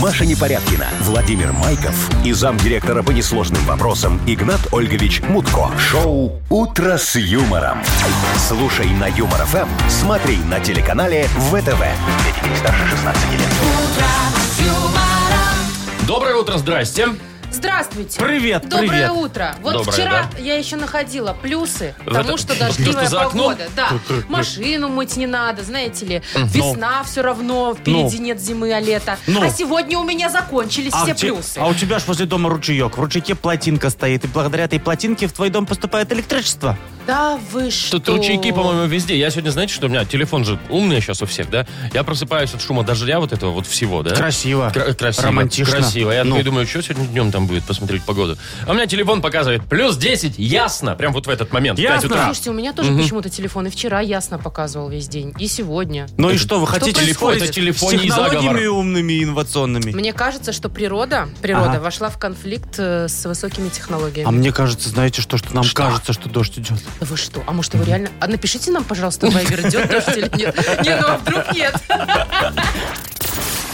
Маша Непорядкина, Владимир Майков и замдиректора по несложным вопросам Игнат Ольгович Мутко. Шоу «Утро с юмором». Слушай на Юмор ФМ, смотри на телеканале ВТВ. Для детей старше 16 лет. Доброе утро, здрасте. Здравствуйте. Привет, Доброе привет. утро. Вот Доброе, вчера я еще находила плюсы В тому, это- что потому дождливая что за окном? погода. Да. Машину мыть не надо, знаете ли. Ну. Весна все равно, впереди Ну. нет зимы, а лето. Ну. А сегодня у меня закончились все те- плюсы. а у тебя ж возле дома ручеек. В ручейке плотинка стоит. И благодаря этой плотинке в твой дом поступает электричество. Да вы что? Тут ручейки, по-моему, везде. Я сегодня, знаете, что у меня телефон же умный сейчас у всех, да? Я просыпаюсь от шума дождя вот этого вот всего, да? Красиво. Кра- красиво. Романтично. Красиво. Я Ну. такой думаю, что сегодня днем там будет, посмотреть погоду. А у меня телефон показывает плюс 10, ясно. Прям вот в этот момент. в пять Ясно. утра. Слушайте, у меня тоже почему-то телефон и вчера ясно показывал весь день, и сегодня. Ну и что, вы хотите происходит? спорить Это телефонный с технологиями заговор. умными и инновационными? Мне кажется, что природа, природа Ага. вошла в конфликт э, с высокими технологиями. А мне кажется, знаете что, что нам кажется, что дождь идет. Да Вы что? А может, его реально... А напишите нам, пожалуйста, в Viber, идет дождь или нет. Не, ну а вдруг нет.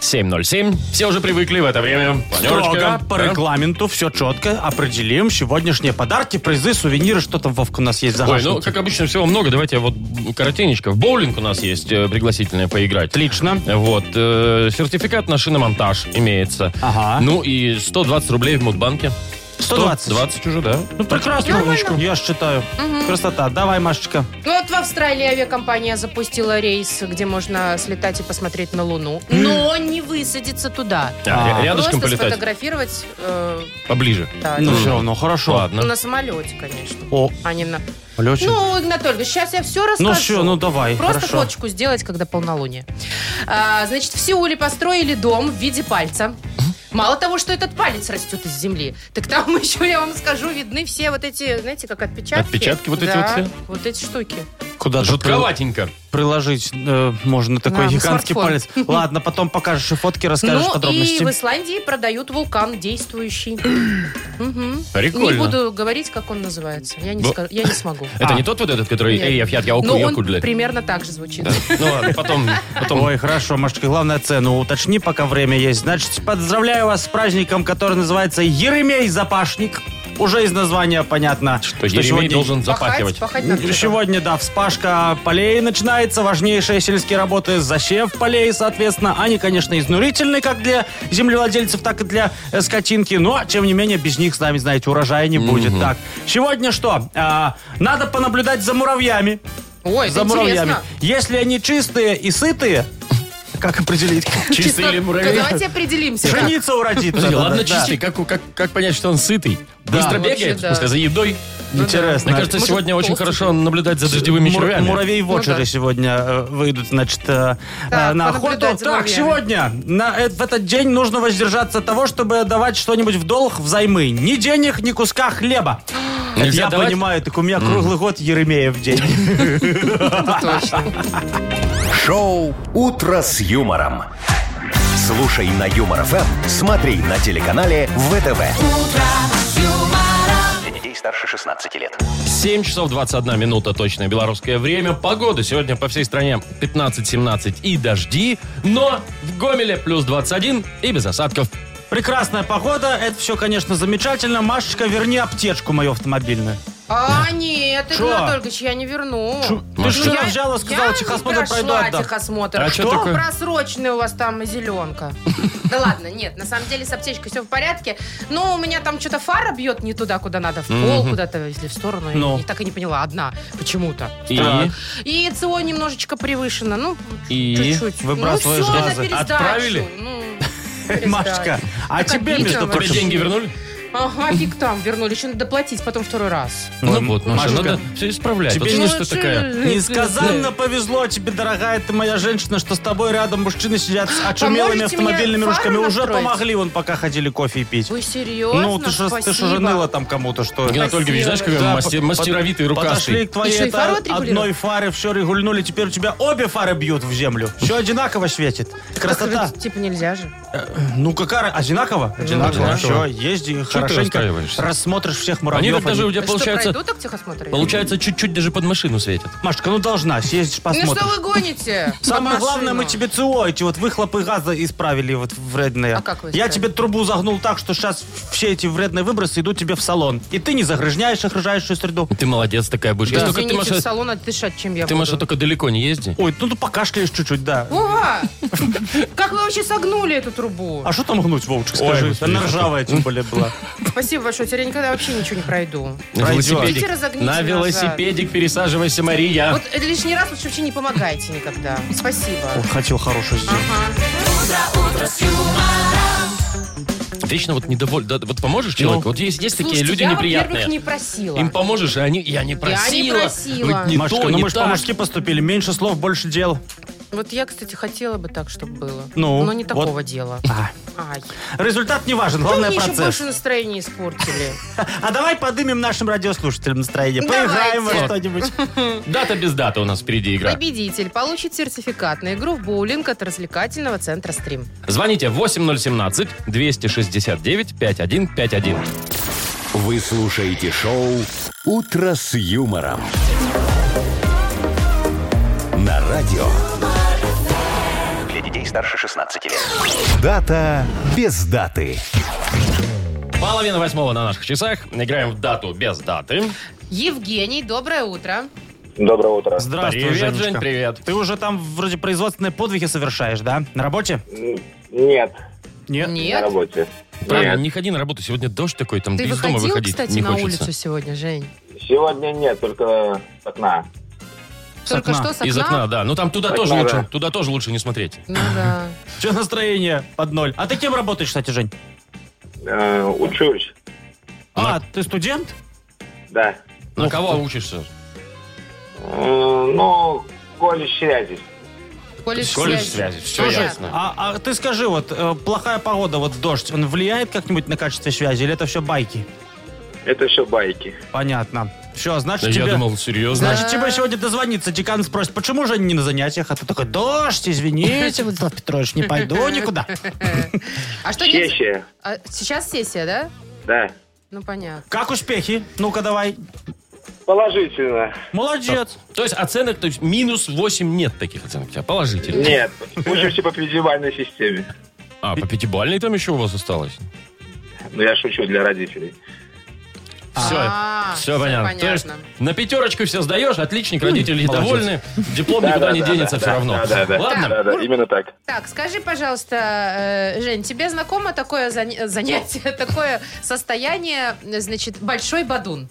7.07. Все уже привыкли в это время. Строго, Планерочка, по да? регламенту, все четко. Определим сегодняшние подарки, призы, сувениры, что там, Вовка, у нас есть в Ой, ну, загашнике. как обычно, всего много. Давайте я вот коротенечко. В боулинг у нас есть э, пригласительное поиграть. Отлично. Вот. э, сертификат на шиномонтаж имеется. Ага. Ну и 120 рублей в Мудбанке. 120. 20 уже, да. Ну, прекрасно, Вовочка. Я считаю. Красота. Давай, Машечка. Ну, Вот в Австралии авиакомпания запустила рейс, где можно слетать и посмотреть на Луну. Но не высадиться туда. А, А. ря- Рядышком Просто полетать. сфотографировать э, Поближе. да, Ну, все равно, хорошо. Ладно. на самолете, конечно. О, А не на... Леша. Ну, Игнатольевич, сейчас я все расскажу. Ну всё, ну давай, Просто хорошо. фоточку сделать, когда полнолуние. А, значит, в Сеуле построили дом в виде пальца. Мало того, что этот палец растет из земли, так там еще, я вам скажу, видны все вот эти, знаете, как отпечатки. Отпечатки вот эти Да, вот все? Вот эти штуки. Куда Жутковатенько. приложить э, можно такой Да, на гигантский смартфон. палец. Ладно, потом покажешь и фотки, расскажешь ну и подробности. в Исландии продают вулкан действующий. Мгм. Прикольно. Не буду говорить, как он называется. Я не, Бо- ска- я не смогу. Это А. не тот вот этот, который... Нет. Эй, я фят, я оку, Но я он оку, блядь». примерно так же звучит. Да. Ну ладно, потом... потом- Ой, хорошо, Машечка, главное цену уточни, пока время есть. Значит, поздравляю вас с праздником, который называется Еремей Запашник. Уже из названия понятно, Что Еремей должен запахивать. Пахать, пахать надо. Сегодня, да, вспашка полей начинается, важнейшие сельские работы, засев полей, соответственно. Они, конечно, изнурительны как для землевладельцев, так и для э, скотинки, но, тем не менее, без них, сами знаете, урожая не будет. Так, сегодня что? А, надо понаблюдать за муравьями. Ой, за это муравьями. интересно. Если они чистые и сытые, как определить? Чистый или муравей? Давайте определимся. как. Жениться уродиться. Подожди, Да, ладно, да, да. чистый. Как, как, как понять, что он сытый? Да. Быстро Вообще, бегает, да. в смысле, за едой. Интересно. Мне кажется, Может, сегодня очень толстый? хорошо наблюдать за дождевыми Мур- червями. Муравей в Ну да. сегодня э, выйдут, значит, э, Так, э, на охоту. понаблюдать за Так, муравьями. сегодня на, э, в этот день нужно воздержаться от того, чтобы давать что-нибудь в долг взаймы. Ни денег, ни куска хлеба. Это Нельзя я давать? понимаю, так у меня круглый год Еремеев день. Шоу «Утро с юмором». Слушай на Юмор ФМ, смотри на телеканале ВТВ. Для детей старше 16 лет. 7 часов 21 минута, точное белорусское время. Погода сегодня по всей стране 15-17 и дожди, но в Гомеле плюс 21 и без осадков. Прекрасная погода, это все, конечно, замечательно. Машечка, верни аптечку мою автомобильную. А, нет, Чё? Игорь Анатольевич, я не верну. Чё? Ты Ну, что я- взяла, сказала, я не техосмотр пройду, прошла отдам. техосмотр. А чё Что? такое? Просроченная у вас там зеленка. Да ладно, нет, на самом деле с аптечкой все в порядке. Но у меня там что-то фара бьет не туда, куда надо, в пол куда-то, если в сторону. Ну. Я так и не поняла, одна почему-то. И Так. И ЦО немножечко превышено, ну, И? чуть-чуть. Выбрасываешь ну, всё, на газы. пересдачу. Отправили? Ну, Машечка, а Так тебе, обидно между Ну, вообще. тебе прочим, деньги вернули? Ага, фиг там, вернули. Еще надо платить потом второй раз. Ну Ой, вот, Маша, Машечка, надо все исправлять. тебе вот не- что ж ты такая... Несказанно повезло тебе, дорогая ты моя женщина, что с тобой рядом мужчины сидят с очумелыми Поможете автомобильными мне фару ружками. Уже настроить? помогли, вон, пока ходили кофе и пить. Вы серьезно? Ну, ты же ты ж уже ныла там кому-то, что... Игнат Спасибо. Ольгович, знаешь, какой Да, мастер- под- мастеровитый, Подошли рукастый. к твоей И что, и это, фару отрегулировать? одной фаре, все регульнули, теперь у тебя обе фары бьют в землю. Все одинаково светит. Красота. Типа нельзя же. Ну, какая ра- Одинаково? Одинаково. да. Все, езди хорошенько. расстраиваешься? Рассмотришь всех Они муравьев. так даже у тебя, Что, получается, пройду так техосмотр? получается, чуть-чуть даже под машину светят. Машка, ну должна, съездишь, Ну что посмотришь. вы гоните? Самое Под главное, мы машину. тебе ЦО, эти вот выхлопы газа исправили вот вредные. А как вы Я исправили? тебе трубу загнул так, что сейчас все эти вредные выбросы идут тебе в салон. И ты не загрязняешь окружающую среду. Ты молодец такая будешь. Если только Извините, ты, в Маша, салон отдышать, чем я ты, буду. Маша, только далеко не езди. Ой, ну ты покашляешь чуть-чуть, да. Вова! Как вы вообще согнули эту трубу? А что там гнуть, Вовчик, Ой, скажи? господи, Она ржавая, тем более, была. Спасибо большое, теперь я никогда вообще ничего не пройду. На Пройдет. Идите велосипедик. разогните На назад. велосипедик пересаживайся, Мария. Вот э, лишний раз лучше вообще не помогайте никогда. Спасибо. Вот хотел хорошую сделать. Вечно вот недоволен. Да, вот поможешь человеку? Вот есть, есть такие Слушайте, люди я, неприятные. во-первых, не просила. Им поможешь, и они... Я не просила. просила. Вот не Машка, то, ну не мы же так. по-мужски поступили. Меньше слов, больше дел. Вот я, кстати, хотела бы так, чтобы было. Ну, Но не вот. такого дела. А, Ай. Результат не важен, Вы главное мне еще процесс. больше настроение испортили. А давай подымем нашим радиослушателям настроение. Поиграем во Давайте. что-нибудь. Дата без даты у нас впереди игра. Победитель получит сертификат на игру в боулинг от развлекательного центра «Стрим». Звоните 8017-269-5151. Вы слушаете шоу «Утро с юмором». На радио. Для детей старше 16 лет. Дата без даты. Половина восьмого на наших часах. Играем в дату без даты. Евгений, доброе утро. Доброе утро. Здравствуй, привет, Женечка. Жень, привет. Ты уже там вроде производственные подвиги совершаешь, да? На работе? М, Нет, на Нет. работе. Правильно, Нет. не ходи на работу, сегодня дождь такой, там Ты из дома выходил, выходить кстати, не на хочется. улицу сегодня, Жень? Сегодня нет, только с окна. С Только окна. что с окна? Из окна, да. Ну там туда Окна, тоже да. лучше, туда тоже лучше не смотреть. Ну да. Все настроение под ноль. А ты кем работаешь, кстати, Жень? Э, учусь, А, ты студент? да. На кого учишься? Э, ну, колледж связи. Колледж, Колледж связи, связи. всё Тоже ясно. А, а ты скажи, вот э, плохая погода, вот дождь, он влияет как-нибудь на качество связи или это все байки? Это все байки. Понятно. Все, значит, Да я тебе... думал, серьезно. Значит, тебе сегодня дозвонится, декан спросит, почему же не на занятиях? А ты такой, дождь, извините, Владислав Петрович, не пойду никуда. А что нет? Чещия, а сейчас сессия, да? да. Ну понятно. Как успехи? Ну-ка, давай. Положительно. Молодец. То есть оценок, то есть минус 8 нет таких оценок у тебя, положительных. Нет, учимся по пятибалльной системе. А, по пятибалльной там еще у вас осталось? Ну, я шучу для родителей. Все, А, все всё понятно. То есть понятно. на пятерочку все сдаешь, отличник, родители молодец. довольны, диплом никуда Да-да-да, не да, денется да, все равно. Да, да, да. Ладно, Да, да, именно так. Так, скажи, пожалуйста, э, Жень, тебе знакомо такое заня- занятие, такое состояние, э, значит, большой бадун?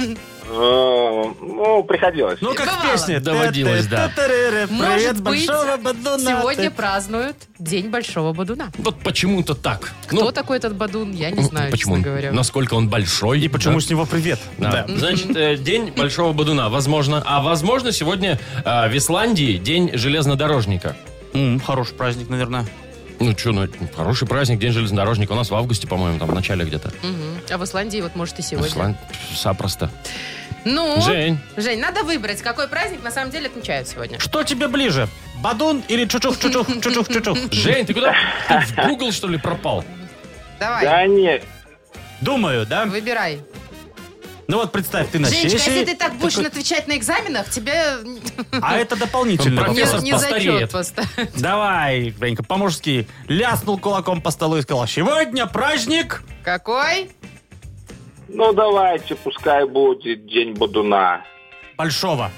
Э, Ну, приходилось. Ну, как в Бывало. песне. Доводилось, да. Т-т-т-т-т-т-т-т-т-т-т. Привет, Может быть, большого бадуна. Сегодня празднуют День большого бадуна. вот почему-то так. Ну, Кто такой этот бадун, я не знаю, почему? честно говоря. Насколько он большой. И Почему с него привет? Да. Значит, э, день Большого Бодуна, возможно. А возможно, сегодня э, в Исландии день железнодорожника. М, Хороший праздник, наверное. Ну, что, ну, хороший праздник, день железнодорожника. У нас в августе, по-моему, там, в начале где-то. Мгм. А в Исландии вот может и сегодня. Исланд... Запросто. Ну, Жень. Жень, надо выбрать, какой праздник на самом деле отмечают сегодня. Что тебе ближе? Бадун или чучух, чучух, чучух, чучух? Жень, ты куда? Ты в Google, что ли, пропал? Давай, Да нет, Думаю, да? выбирай. Ну вот представь, ты на Женечка, а сессии, если ты так будешь отвечать на экзаменах, тебе а это дополнительно. Профессор не, не постареет. зачет просто. Давай, Венька, по-мужски. Ляснул кулаком по столу и сказал, сегодня праздник. Какой? ну давайте, пускай будет день Бодуна. Большого.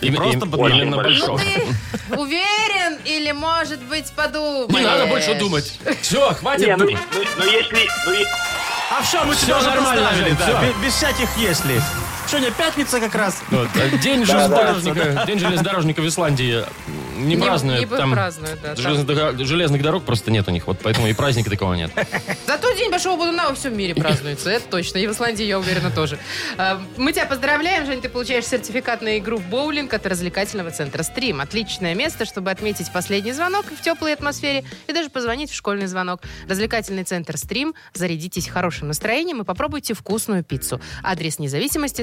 И Им- просто им- Бодуна. Именно Большого. Ну большой. ты уверен или, может быть, подумаешь? Не надо больше думать. Все, хватит Не, ну, думать. ну, ну, если... ну, и- А все, мы Всё тебя уже нормально, поставили, Жень, да, всё. бе- без, всяких если. Сегодня пятница как раз. Вот, э, День железнодорожника. День железнодорожника в Исландии не празднуют. Не, не там празднуют, да. там. железных, дорог- железных дорог просто нет у них, вот поэтому и праздника такого нет. Зато День Большого Будуна во всем мире празднуется, это точно. И в Исландии, я уверена, тоже. Э, Мы тебя поздравляем, Жень, ты получаешь сертификат на игру в боулинг от развлекательного центра «Стрим». Отличное место, чтобы отметить последний звонок в теплой атмосфере и даже позвонить в школьный звонок. Развлекательный центр «Стрим». Зарядитесь хорошим настроением и попробуйте вкусную пиццу. Адрес независимости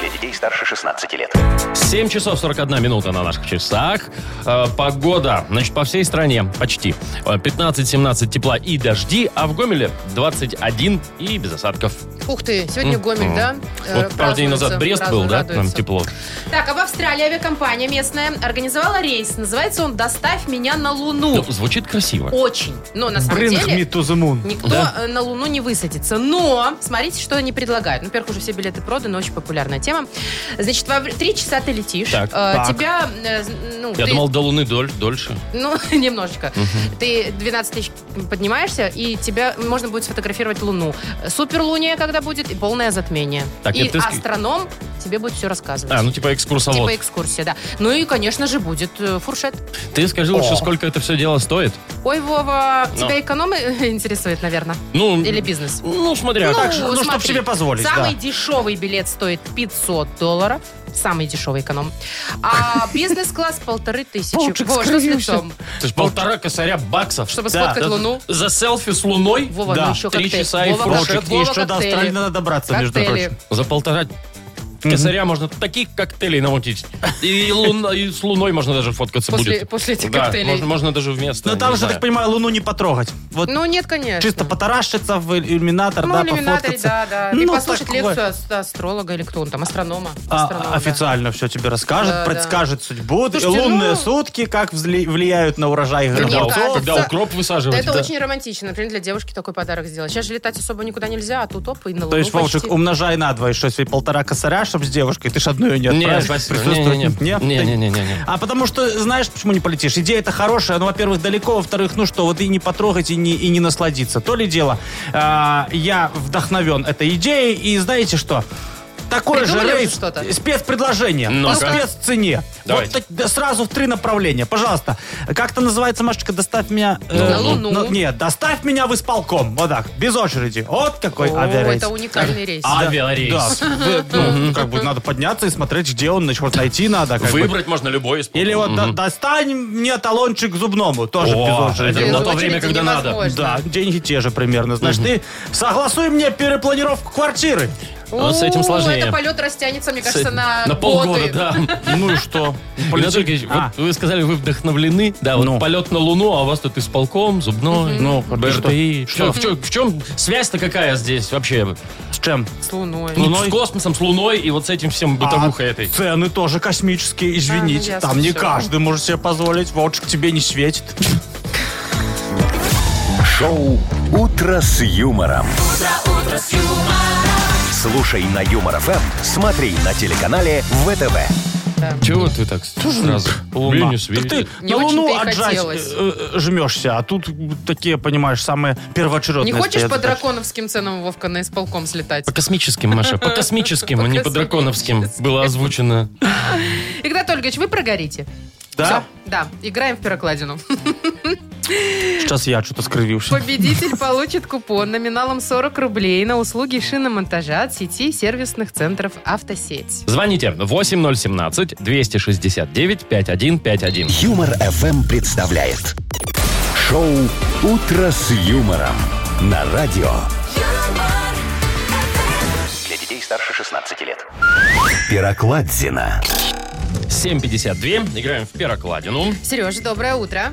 Для детей старше 16 лет. 7 часов 41 минута на наших часах. Э, Погода, значит, по всей стране почти. Э, 15-17 тепла и дожди, а в Гомеле 21 и без осадков. Ух ты, сегодня Гомель, да? э, Вот пару дней назад празднуется, Брест был, да? Там радуется. тепло. Так, а в Австралии авиакомпания местная организовала рейс. Называется он «Доставь меня на Луну». Ну, звучит красиво. Очень. Но на самом Bring деле... me to the moon. Никто э, на Луну не высадится. Но смотрите, что они предлагают. Ну, Во-первых, уже все билеты проданы, очень популярная тема. Значит, во три часа ты летишь. Так, э, так. Тебя, э, ну, Я ты- думал, до Луны доль- дольше. ну, немножечко. Ты 12 тысяч поднимаешься, и тебя можно будет сфотографировать Луну. Суперлуния когда будет, и полное затмение. Так, и это ты- астроном тебе будет все рассказывать. А, ну типа экскурсовод. Типа экскурсия, да. Ну и, конечно же, будет э, фуршет. Ты скажи лучше, сколько это все дело стоит? Ой, Вова, Ну. тебя эконом э, интересует, наверное? Ну, Или бизнес? ну смотря Ну, как. же, ну, чтоб смотри, себе позволить, Самый да. дешевый билет стоит 500 долларов. Самый дешевый эконом. А бизнес-класс полторы тысячи. Вовчик Вова, что с скривился. лицом? Это ж полтора косаря баксов. Чтобы Да, сфоткать да. Луну. За селфи с Луной? Вова, Да, ну еще три коктейль. часа и Вова, фрукты. коктейль. Вовчик, Вова, ей еще до коктейли. Австралии надо добраться, между Коктейли. прочим. За полтора косаря можно таких коктейлей намутить. И, лун- и с Луной можно даже фоткаться После- будет. после этих да, коктейлей. Можно, можно даже вместо. Но Ну, там не же, знаю. так понимаю, Луну не потрогать. Вот Ну нет, конечно. чисто потарашиться в иллюминатор, ну, да, иллюминаторе, пофоткаться. да, да. И Ну, послушать такое. лекцию ас- астролога или кто он там, астронома. А, Астронома, да. официально все тебе расскажет, Да, да. предскажет судьбу, Слушайте, лунные ну- сутки, как взли- влияют на урожай Мне Когда, у- грибов. кажется- когда укроп высаживать. Это да. очень романтично. Например, для девушки такой подарок сделать. Сейчас же летать особо никуда нельзя, а тут оп, и на Луну То есть, почти. Вовчик, умножай на два еще себе полтора косаря, чтобы с девушкой. Ты ж одну ее не Не, отправишь. спасибо. присутствовать. Не, не, Нет? не. Не, не, не, не, не. А потому что, знаешь, почему не полетишь? Идея-то хорошая, но, во-первых, далеко, во-вторых, ну что, вот и не потрогать, и не, и не насладиться. То ли дело, а, я вдохновен этой идеей, и знаете что? Такой же Придумали уже рейс, что-то? спецпредложение Ну-ка. по спеццене. Давайте. Вот так, да, сразу в три направления. Пожалуйста. Как это называется, Машечка, доставь меня... э, ну, На Луну. нет, доставь меня в исполком. Вот так, без очереди. Вот какой О, авиарейс. это уникальный рейс. А, Авиарейс. Да, с- да, ну, как бы надо подняться и смотреть, где он, значит, вот найти надо. как бы. Выбрать можно любой из. Или вот да- достань мне талончик к зубному, тоже О, без очереди. это на то Без время, очереди когда надо. невозможно. Да, деньги те же примерно. Значит, ты согласуй мне перепланировку квартиры. А Вот с этим У, сложнее. Это полет растянется, мне С- кажется, на полгода, годы. да. Ну и что? Игнат Ольгович, А. вот вы сказали, вы вдохновлены. Да, вот Ну. полет на Луну, а у вас тут исполком, зубной, Ну, а ты БРТИ. Что, в, чем, в чем связь-то какая здесь вообще? С чем? С Луной. Ну, Луной? С космосом, с Луной и вот с этим всем бытовухой А этой. Цены тоже космические, ну, извините. ясно, Там не всё. каждый может себе позволить. Вовчик тебе не светит. Шоу «Утро с юмором». Слушай на Юмор ФМ, смотри на телеканале ВТВ. Чего ты так сразу? Луна. Луна. Так ты Не на Луну очень-то и отжать хотелось. э, э, жмешься, а тут такие, понимаешь, самые первоочередные Не хочешь стоят по задачи. драконовским ценам, Вовка, на исполком слетать? По космическим, Маша, по космическим, а не по космическим. драконовским было озвучено. Игнат Ольгович, вы прогорите. Да? Всё, да, играем в пирокладину. Сейчас я что-то скривился. Победитель получит купон номиналом 40 рублей на услуги шиномонтажа от сети сервисных центров «Автосеть». Звоните 8017-269-5151. Юмор ФМ представляет шоу Утро с юмором на радио Для детей старше 16 лет. Пирокладзина. 7.52. Играем в перокладину. Сережа, доброе утро.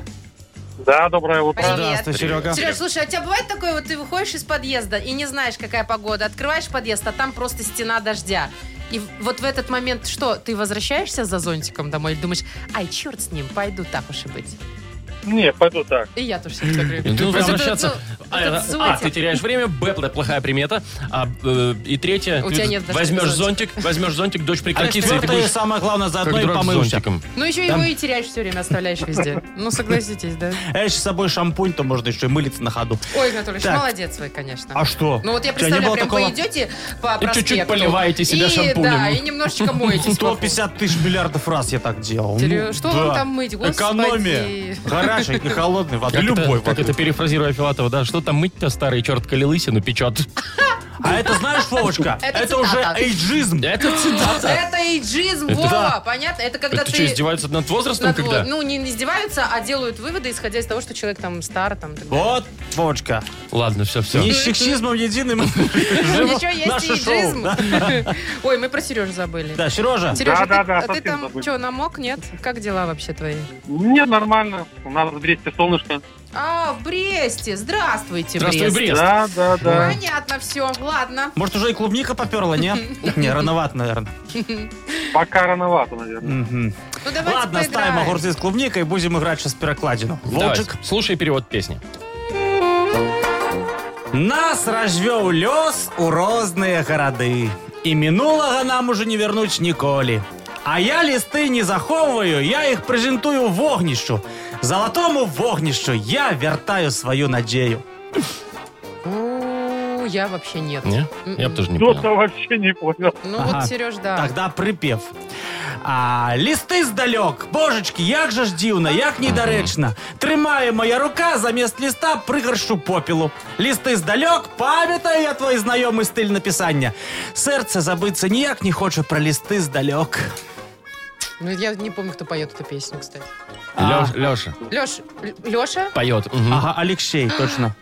Да, доброе утро. Привет. Здравствуй, Серега. Сереж, слушай, а у тебя бывает такое, вот ты выходишь из подъезда и не знаешь, какая погода, открываешь подъезд, а там просто стена дождя. И в- вот в этот момент что, ты возвращаешься за зонтиком домой или думаешь, ай, черт с ним, пойду так уж и быть. Не, пойду так. И я тоже всегда так люблю. Ну, Просто возвращаться... это, ну, А, этот это- а, зонтик. ты теряешь время, Б, это плохая примета, а, э, и третье, У ты тебя нет даже возьмешь зонтика. зонтик, возьмешь зонтик, дочь А прекратится, и ты четвертое, будешь самое главное, как заодно и дурак с помылся. зонтиком. Ну, еще его и теряешь все время, оставляешь везде. Ну, согласитесь, да? А если с собой шампунь, то можно еще и мылиться на ходу. Ой, Анатольевич, Так. молодец вы, конечно. А что? Ну вот я У тебя не представляю, было прям такого вы идете по И проспекту. чуть-чуть поливаете себя и, шампунем. Да, и немножечко моетесь. вокруг. 150 тысяч миллиардов раз я так делал. Серьё- Ну, что вам да. там мыть, господи? Экономия. Горячей, холодной воды. Как Любой это, как воды. это перефразируя Филатова, да, что там мыть-то старый черт калилысину печет. А это знаешь, Вовочка, Это это цитата. уже эйджизм. Это цитата. Это эйджизм, Вова, Да. понятно? Это когда Это ты... что, издеваются над возрастом, над- когда? Ну, не издеваются, а делают выводы, исходя из того, что человек там стар, там... так далее. Вот, Вовочка, ну. Ладно, все, все. не с сексизмом единым. живо Ничего, есть наше шоу, эйджизм. да? Ой, мы про Сережу забыли. Да, Сережа, Сережа, Да, ты, да, да, а ты совсем там забыл. что, намок, нет? Как дела вообще твои? Не, нормально. У нас в Бресте солнышко. А, в Бресте. Здравствуйте, Здравствуй, Брест. Брест. Да, да, да. Понятно все, ладно. может, уже и клубника поперла, нет? Не, рановато, наверное. Пока рановато, наверное. Мгм. Ну давайте Ладно, поиграем. ставим огурцы с клубникой, будем играть сейчас в пирокладину. Давай, Вовчик, слушай перевод песни. Нас развёў лёс у розныя гарады. І мінулага нам ужо не вярнуць ніколі. А я лісты не захоўваю, я іх прэзентую вогнішчу. Залатому вогнішчу я вяртаю сваю надзею. У, Я вообще нет. Не? Мгм. Я бы тоже не Кто-то понял. вообще не понял. Ну Ага. вот, Сереж, да. Тогда припев. А лісты здалёк, божачкі, як жа ж дзіўна, як недарэчна. Трымае моя рука замест ліста прыгаршу попелу. Лісты здалёк, памятаю я твой знаёмы стыль напісання. Сэрца забыцца ніяк не хоча пра лісты здалёк. Ну я не помню, кто поет эту песню, кстати. Лёш- Лёша Леш, Л- Леша? поет. Мгм. Ага, Алексей, точно.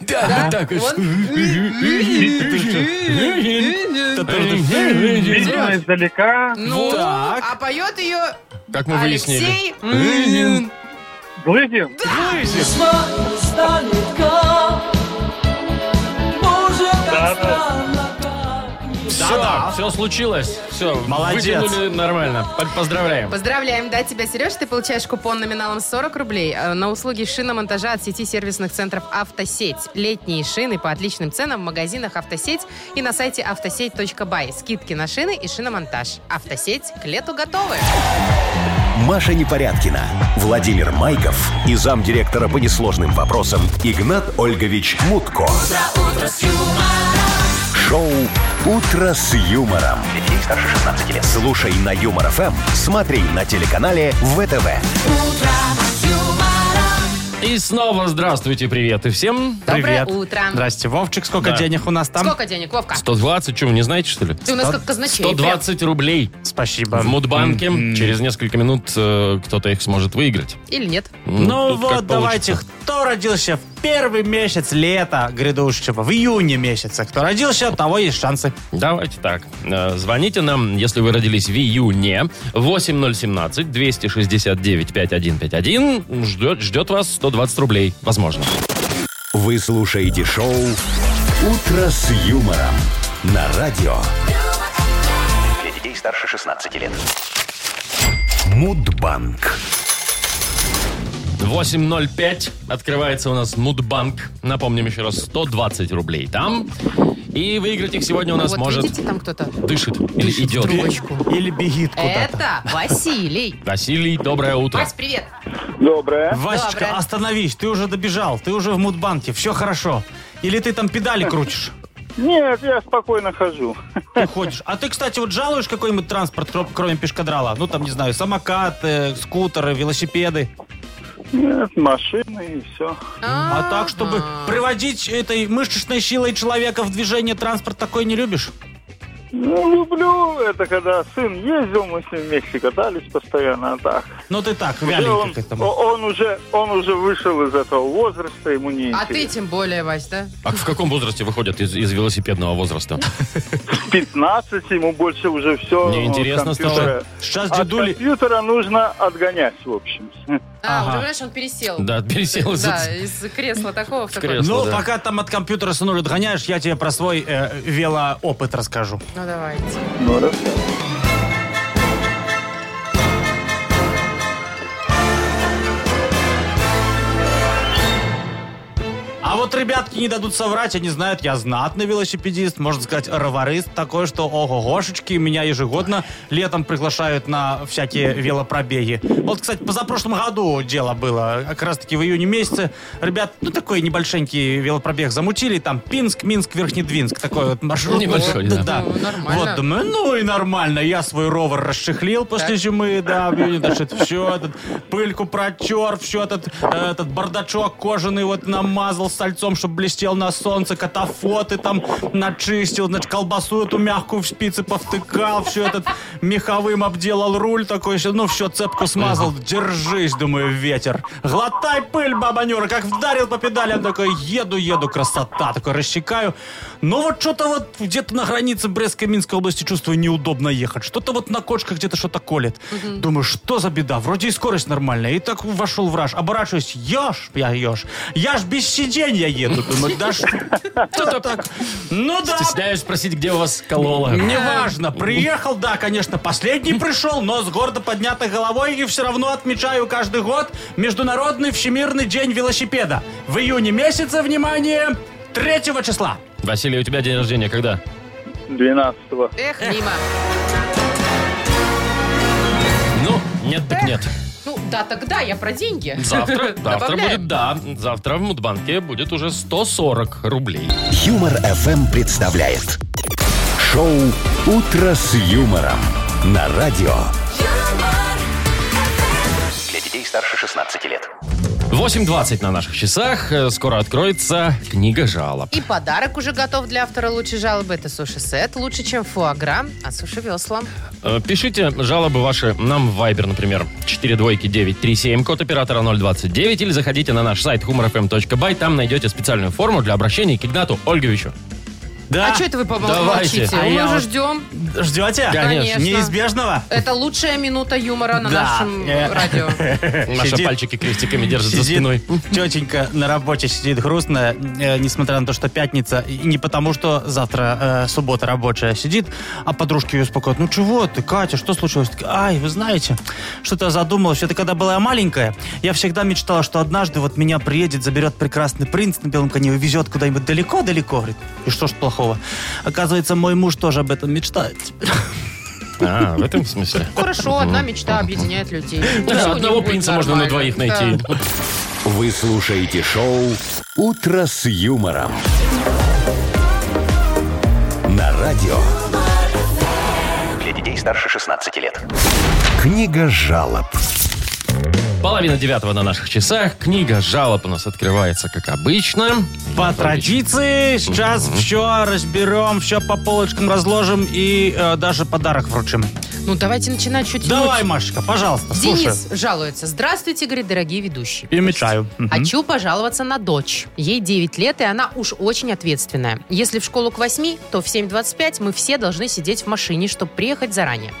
Да, так. Видимо, издалека. Ну, Так. а поет ее Как мы выяснили. Алексей. Глызин? Да, да. Все, Да-да. все случилось. Все, Молодец. вытянули нормально. П- Поздравляем. Поздравляем, да, тебя, Сереж. Ты получаешь купон номиналом 40 рублей э, на услуги шиномонтажа от сети сервисных центров «Автосеть». Летние шины по отличным ценам в магазинах «Автосеть» и на сайте автосеть.бай. Скидки на шины и шиномонтаж. «Автосеть» к лету готовы. Маша Непорядкина, Владимир Майков и замдиректора по несложным вопросам Игнат Ольгович Мутко. Шоу Утро с юмором. Детей старше 16 лет. Слушай на юмор ФМ, смотри на телеканале ВТВ. И снова здравствуйте, привет и всем. Доброе Привет. утро. Здрасте, Вовчик, сколько Да. денег у нас там? Сколько денег, Вовка? 120, что вы не знаете, что ли? Ты у нас как казначей. прям. 120 рублей Спасибо. в Мудбанке. М-м. Через несколько минут э, кто-то их сможет выиграть. Или нет? М, Ну тут как вот, давайте, получится. кто родился в первый месяц лета грядущего, в июне месяце, кто родился, у того есть шансы. Давайте так. Э, Звоните нам, если вы родились в июне. 8017-269-5151. Ждет, ждет вас 120 рублей, возможно. Вы слушаете шоу Утро с юмором на радио Для детей старше 16 лет. Мудбанк. 8.05. Открывается у нас Мудбанк. Напомним еще раз, 120 рублей там. И выиграть их сегодня у нас вот может... видите, там кто-то. Дышит или идет. трубочку. Или бегит куда-то. Это Василий. Василий, доброе утро. Вась, привет. Доброе. Васечка, Доброе. остановись, ты уже добежал, ты уже в Мудбанке, все хорошо. Или ты там педали крутишь? Нет, я спокойно хожу. Ты ходишь. А ты, кстати, вот жалуешь какой-нибудь транспорт, кро- кроме пешкодрала? Ну, там, не знаю, самокаты, э, скутеры, велосипеды. Нет, машины и все. А так, чтобы Ага. приводить этой мышечной силой человека в движение транспорт, такой не любишь? Ну, люблю это, когда сын ездил, мы с ним вместе катались постоянно, а так. Ну, ты так, Уже вяленький он, к этому. о- он уже, он уже вышел из этого возраста, ему не А ты интересно. тем более, Вась, да? А в каком возрасте выходят из, из велосипедного возраста? 15, ему больше уже все. Мне интересно стало. Сейчас От дедули... компьютера нужно отгонять, в общем. А, Ага. уже, понимаешь, он пересел. Да, пересел из- Да, из кресла такого в такое. кресло. Ну, да. пока там от компьютера сынули отгоняешь, я тебе про свой э, велоопыт расскажу. Ну, давайте. Ну, раз. А вот ребятки не дадут соврать, они знают, я знатный велосипедист, можно сказать, роварист такой, что ого-гошечки, меня ежегодно летом приглашают на всякие велопробеги. Вот, кстати, позапрошлом году дело было, как раз-таки в июне месяце. Ребят, ну такой небольшенький велопробег замутили, там Пинск, Минск, Верхнедвинск, такой вот маршрут. Небольшой, Вот, да. Ну, нормально. Вот, думаю, ну и нормально, я свой ровер расчехлил после зимы, да, блин, да, что-то все, этот, пыльку протер, все, этот, э, этот бардачок кожаный вот намазал сальцом, чтобы блестел на солнце, катафоты там начистил, значит, колбасу эту мягкую в спицы повтыкал, все этот меховым обделал руль такой, всё, ну все, цепку смазал, держись, думаю, ветер. Глотай пыль, бабанюра, как вдарил по педалям, такой, еду, еду, красота, такой рассекаю. Но вот что-то вот где-то на границе Брестской и Минской области чувствую неудобно ехать. Что-то вот на кочках где-то что-то колет. Думаю, что за беда? Вроде и скорость нормальная. И так вошел в раж. Оборачиваюсь, ешь, я ешь. Я ж без сиденья еду. Думаю, да что так? Ну да, Стесняюсь спросить, где у вас колола. Неважно, приехал, да, конечно, последний пришел, но с гордо поднятой головой и все равно отмечаю каждый год Международный Всемирный день велосипеда. В июне месяце, внимание, 3 числа. Василий, у тебя день рождения когда? 12-го. Эх, мимо. Ну, нет так нет. Ну, да, тогда я про деньги. Завтра, завтра Добавляем. будет, да. Завтра в Мудбанке будет уже 140 рублей. Юмор FM представляет шоу Утро с юмором на радио. Для детей старше 16 лет. 8.20 на наших часах. Э, Скоро откроется книга жалоб. И подарок уже готов для автора лучшей жалобы. Это суши-сет. Лучше, чем фуагра от суши-весла. Э, Пишите жалобы ваши нам в Viber, например, 4 двойки 937, код оператора 029, или заходите на наш сайт humorfm.by, там найдете специальную форму для обращения к Игнату Ольговичу. Да, А что это вы, по-моему, давайте. молчите? А Мы я уже вот- ждем. ждете? Конечно. Неизбежного? Это лучшая минута юмора на Да. нашем Э. радио. Наши Сидит- пальчики крестиками держит за Сидит спиной. тетенька на работе сидит грустная, э, несмотря на то, что пятница, и не потому, что завтра э, суббота рабочая сидит, а подружки ее успокоят. Ну чего ты, Катя, что случилось? Так, Ай, вы знаете, что-то я задумалась. Это когда была я маленькая, я всегда мечтала, что однажды вот меня приедет, заберет прекрасный принц на белом коне и везет куда-нибудь далеко-далеко. Говорит, и что ж плохого? Оказывается, мой муж тоже об этом мечтает. А, в этом смысле. Хорошо, одна мечта объединяет людей. Да, Чего-нибудь одного принца можно на двоих нормально. найти. Да. Вы слушаете шоу Утро с юмором на радио. Для детей старше 16 лет. Книга жалоб. Половина девятого на наших часах. Книга жалоб у нас открывается, как обычно. По традиции сейчас все разберем, все по полочкам разложим и э, даже подарок вручим. Ну, давайте начинать чуть Давай, лучше. Машечка, пожалуйста, слушай. Денис жалуется. Здравствуйте, говорит, дорогие ведущие. И мечаю. Мгм. Хочу пожаловаться на дочь. Ей 9 лет, и она уж очень ответственная. Если в школу к 8, то в 7.25 мы все должны сидеть в машине, чтобы приехать заранее.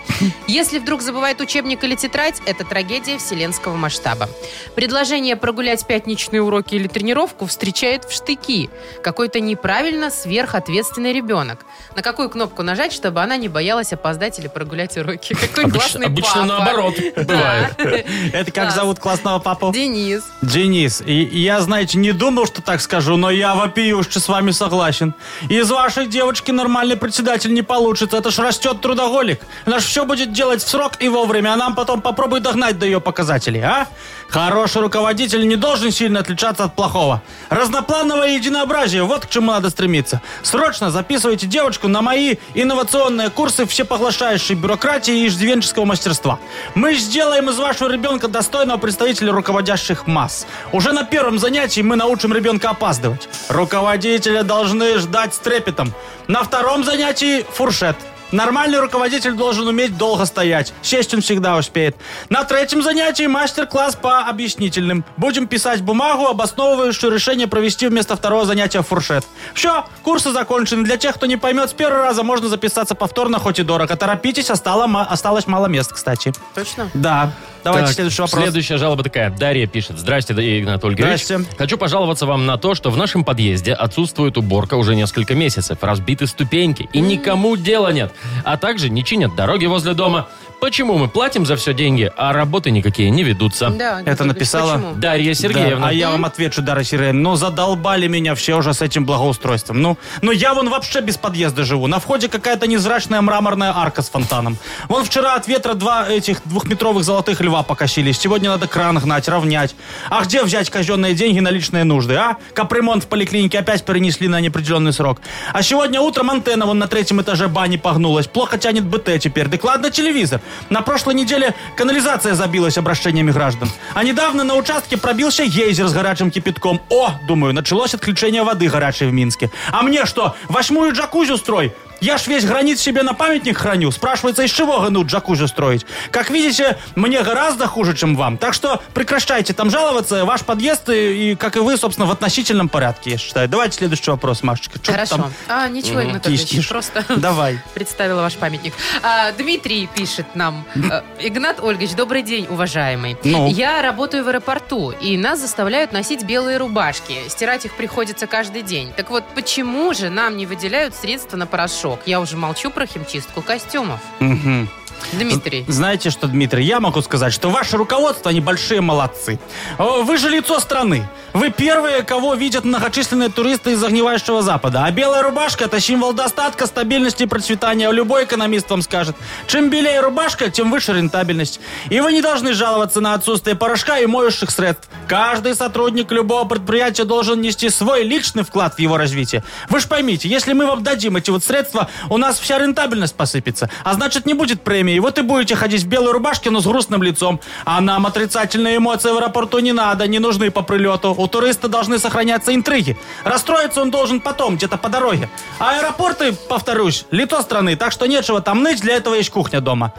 Если вдруг забывает учебник или тетрадь, это трагедия вселенского масштаба. Предложение прогулять пятничные уроки или тренировку встречает в штыки. Какой-то неправильно сверхответственный ребенок. На какую кнопку нажать, чтобы она не боялась опоздать или прогулять уроки? Какой Обычно, классный обычно папа. наоборот бывает. Это как Класс. зовут классного папу? Денис. Денис. И и я, знаете, не думал, что так скажу, но я вопиюще с вами согласен. Из вашей девочки нормальный председатель не получится. Это ж растет трудоголик. Она ж все будет делать в срок и вовремя, а нам потом попробуй догнать до ее показателей, а? Хороший руководитель не должен сильно отличаться от плохого. Разноплановое единообразие, вот к чему надо стремиться. Срочно записывайте девочку на мои инновационные курсы всепоглощающей бюрократии и иждивенческого мастерства. Мы сделаем из вашего ребенка достойного представителя руководящих масс. Уже на первом занятии мы научим ребенка опаздывать. Руководителя должны ждать с трепетом. На втором занятии фуршет. Нормальный руководитель должен уметь долго стоять. Сесть он всегда успеет. На третьем занятии мастер-класс по объяснительным. Будем писать бумагу, обосновывающую решение провести вместо второго занятия фуршет. Все, курсы закончены. Для тех, кто не поймет с первого раза, можно записаться повторно, хоть и дорого. Торопитесь, остало ма- осталось мало мест, кстати. Точно? Да. Давайте Так, следующий вопрос. Следующая жалоба такая. Дарья пишет. Здрасте, да- Игнат Ольгович. Здрасте. Хочу пожаловаться вам на то, что в нашем подъезде отсутствует уборка уже несколько месяцев. Разбиты ступеньки и никому дела нет. А также не чинят дороги возле дома. Почему мы платим за все деньги, а работы никакие не ведутся? Да, Это написала- почему? Дарья Сергеевна. Да, а я вам отвечу, Дара Сергеевна, но задолбали меня все уже с этим благоустройством. Ну, но я вон вообще без подъезда живу. На входе какая-то невзрачная мраморная арка с фонтаном. Вон вчера от ветра два этих двухметровых золотых льва покосились. Сегодня надо кран гнать, равнять. А где взять казенные деньги на личные нужды, а? Капремонт в поликлинике опять перенесли на неопределенный срок. А сегодня утром антенна вон на третьем этаже бани погнулась. Плохо тянет БТ теперь. Да ладно телевизор. На прошлой неделе канализация забилась обращениями граждан. А недавно на участке пробился гейзер с горячим кипятком. О, думаю, началось отключение воды горячей в Минске. А мне что, восьмую джакузи строй? Я ж весь гранит себе на памятник храню. Спрашивается, из чего гнут джакузи строить? Как видите, мне гораздо хуже, чем вам. Так что прекращайте там жаловаться. Ваш подъезд, и, и, как и вы, собственно, в относительном порядке, я считаю. Давайте следующий вопрос, Машечка. Чё ты Хорошо. там? А, ничего, Игнат Анатольевич, тишь, тишь. просто Давай. представила ваш памятник. А, Дмитрий пишет нам. э, Игнат Ольгович, добрый день, уважаемый. Ну? Я работаю в аэропорту, и нас заставляют носить белые рубашки. Стирать их приходится каждый день. Так вот, почему же нам не выделяют средства на порошок? Я уже молчу про химчистку костюмов. Мгм. Дмитрий. Знаете что, Дмитрий, я могу сказать, что ваше руководство, они большие молодцы. О, Вы же лицо страны. Вы первые, кого видят многочисленные туристы из огневающего Запада. А белая рубашка – это символ достатка, стабильности и процветания. А Любой экономист вам скажет. Чем белее рубашка, тем выше рентабельность. И вы не должны жаловаться на отсутствие порошка и моющих средств. Каждый сотрудник любого предприятия должен нести свой личный вклад в его развитие. Вы же поймите, если мы вам дадим эти вот средства, у нас вся рентабельность посыпется. А значит, не будет премии. Вот и будете ходить в белой рубашке, но с грустным лицом. А нам отрицательные эмоции в аэропорту не надо, не нужны по прилету. У туриста должны сохраняться интриги. Расстроиться он должен потом, где-то по дороге. А аэропорты, повторюсь, лито страны, так что нечего там ныть, для этого есть кухня дома.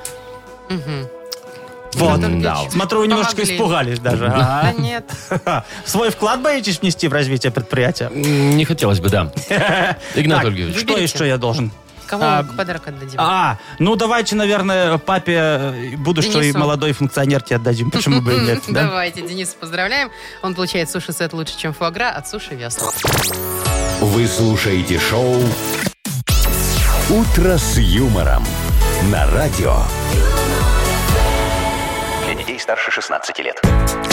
Вот. Да. Смотрю, вы немножечко Помогли. испугались даже. а? Да нет. Свой вклад боитесь внести в развитие предприятия? М, Не хотелось бы, да. Игнат Так, Ольгович. Что еще я должен? Кому А, мы подарок отдадим? А, ну давайте, наверное, папе э, будущей Денису. молодой функционерке отдадим. Почему бы и нет, да? Давайте, Дениса поздравляем. Он получает суши-сет лучше, чем фуагра от суши весла. Вы слушаете шоу «Утро с юмором» на радио. Для детей старше 16 лет.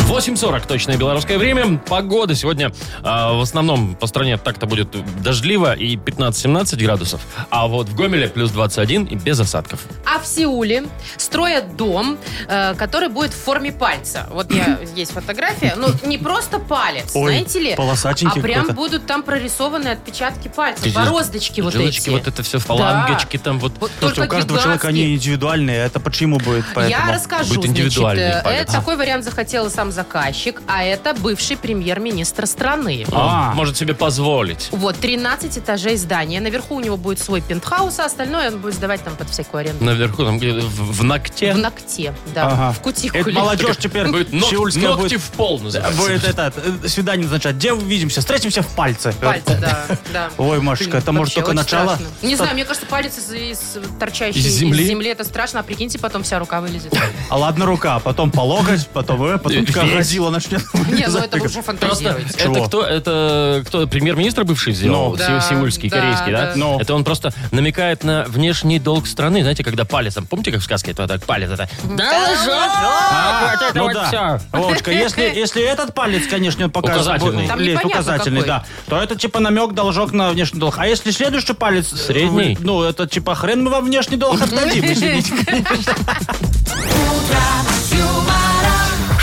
8.40 точное белорусское время. Погода сегодня э, в основном по стране так-то будет дождливо и 15-17 градусов. А вот в Гомеле плюс 21 и без осадков. А в Сеуле строят дом, э, который будет в форме пальца. Вот я, есть фотография. Ну, не просто палец, Ой, знаете ли? полосатенький А прям какой-то. будут там прорисованы отпечатки пальцев. Эти Бороздочки вот эти. жилочки, вот это все, фалангочки там вот. Вот Слушайте, только у каждого гигантские. человека они индивидуальные, это почему будет поэтому? Я расскажу, будет индивидуальный значит, э, палец. это такой вариант захотел сам заказчик, а это бывший премьер-министр страны. Он А. может себе позволить. Вот, 13 этажей здания. Наверху у него будет свой пентхаус, а остальное он будет сдавать там под всякую аренду. Наверху, там где-то в, в ногте. В ногте, да, Ага. в кутикуле. Это молодежь теперь Будет ног- сеульская ногти будет... в пол Да, называется. Будет это, э, свидание назначать. Где увидимся? Встретимся в пальце. Пальцы, да, да. Ой, Машечка, это Блин, может вообще только очень начало? страшно. Не знаю, мне кажется, палец из, из торчащей Из из земли? земли. это страшно, а прикиньте, потом вся рука вылезет. А ладно рука, потом по локоть, потом, э, потом Весь. как разила начнет. Не, ну это вы уже Просто фантазируете. это Чего? кто? Это кто? Премьер-министр бывший сделал? Ну. Се- Да, сеульский, да, корейский, да? да. Ну. Это он просто намекает на внешний долг страны. Знаете, когда палец там, помните, как в сказке это так палец это? Да, вот это Ну вот да. всё. Вовочка, если, если этот палец, конечно, он покажет. Указательный. Там Лезь, непонятно указательный, какой. да. То это типа намек, должок на внешний долг. А если следующий палец... э, Средний? вы- Ну, это типа хрен мы вам внешний долг отдадим, извините.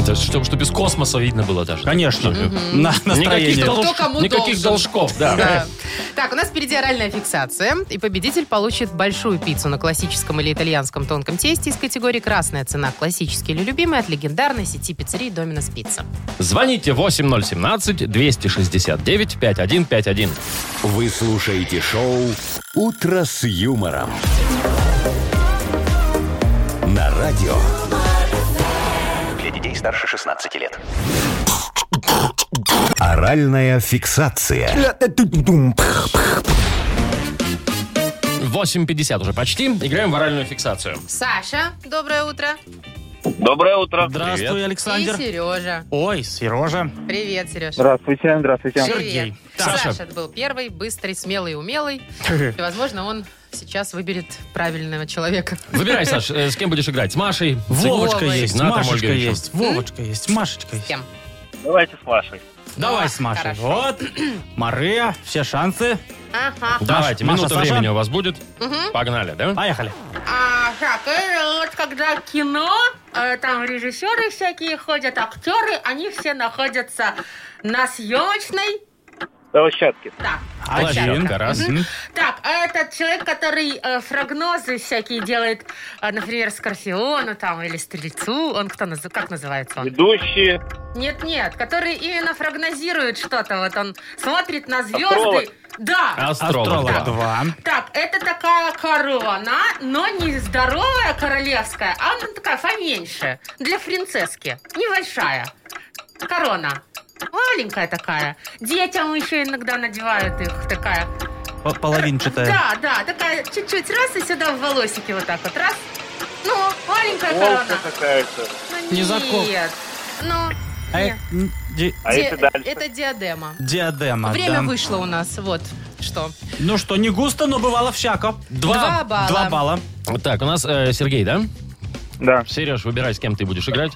Это чтобы, чтобы из космоса видно было даже. Конечно. На Никаких, настроение. долж- Кто кому никаких должен. должков, да. Да. Так, у нас впереди оральная фиксация, и победитель получит большую пиццу на классическом или итальянском тонком тесте из категории «Красная цена. Классический или любимый» от легендарной сети пиццерий «Доминос Пицца». Звоните 8017-269-5151. Вы слушаете шоу «Утро с юмором». На радио Для детей старше 16 лет. «Оральная фиксация». 8.50 уже почти. Играем в оральную фиксацию. Саша, доброе утро. Доброе утро. Здравствуй, Привет. Александр. И Сережа. Ой, Сережа. Привет, Сережа. Здравствуйте, здравствуйте. Сергей. Саша. Саша был первый, быстрый, смелый, умелый. И, возможно, он сейчас выберет правильного человека. Выбирай, Саш, э, с кем будешь играть? С Машей? С Вовочка Игорем? есть, С Игнатом Машечка Ольговичем? есть, Вовочка есть, Машечка есть. Кем? Давайте с Машей. Давай Ну, с Машей. хорошо. Вот, Мария, все шансы. Ага. Давайте, Маша, минута Саша. времени у вас будет. Погнали, да? Поехали. Ага, э, вот когда кино, э, там режиссеры всякие ходят, актеры, они все находятся на съемочной. Площадки. Да. Площадка, раз. Мгм. Так, а этот человек, который э, прогнозы всякие делает, э, например, Скорпиону там или Стрельцу, он кто наз- как называется он? Ведущие. Нет-нет, который именно прогнозирует что-то, вот он смотрит на звезды. Астролог. Да. Астролог. Астролог да. 2. Так, это такая корона, но не здоровая королевская, а она такая поменьше. Для принцесски. Небольшая. Корона. Маленькая такая. Детям еще иногда надевают их. Такая. Половинчатая. Да, да, такая чуть-чуть раз и сюда в волосики вот так вот. Раз. Ну, маленькая Волчка корона. какая-то. Ну, Не закол. Нет. Ну, А нет. это м, ди- А Ди- это дальше. это диадема. Диадема, Время А, да. вышло у нас. Вот что. Ну что, не густо, но бывало всяко. Два балла. Два балла. Вот Так, у нас э, Сергей, да? Да, Сереж, выбирай, с кем ты будешь играть.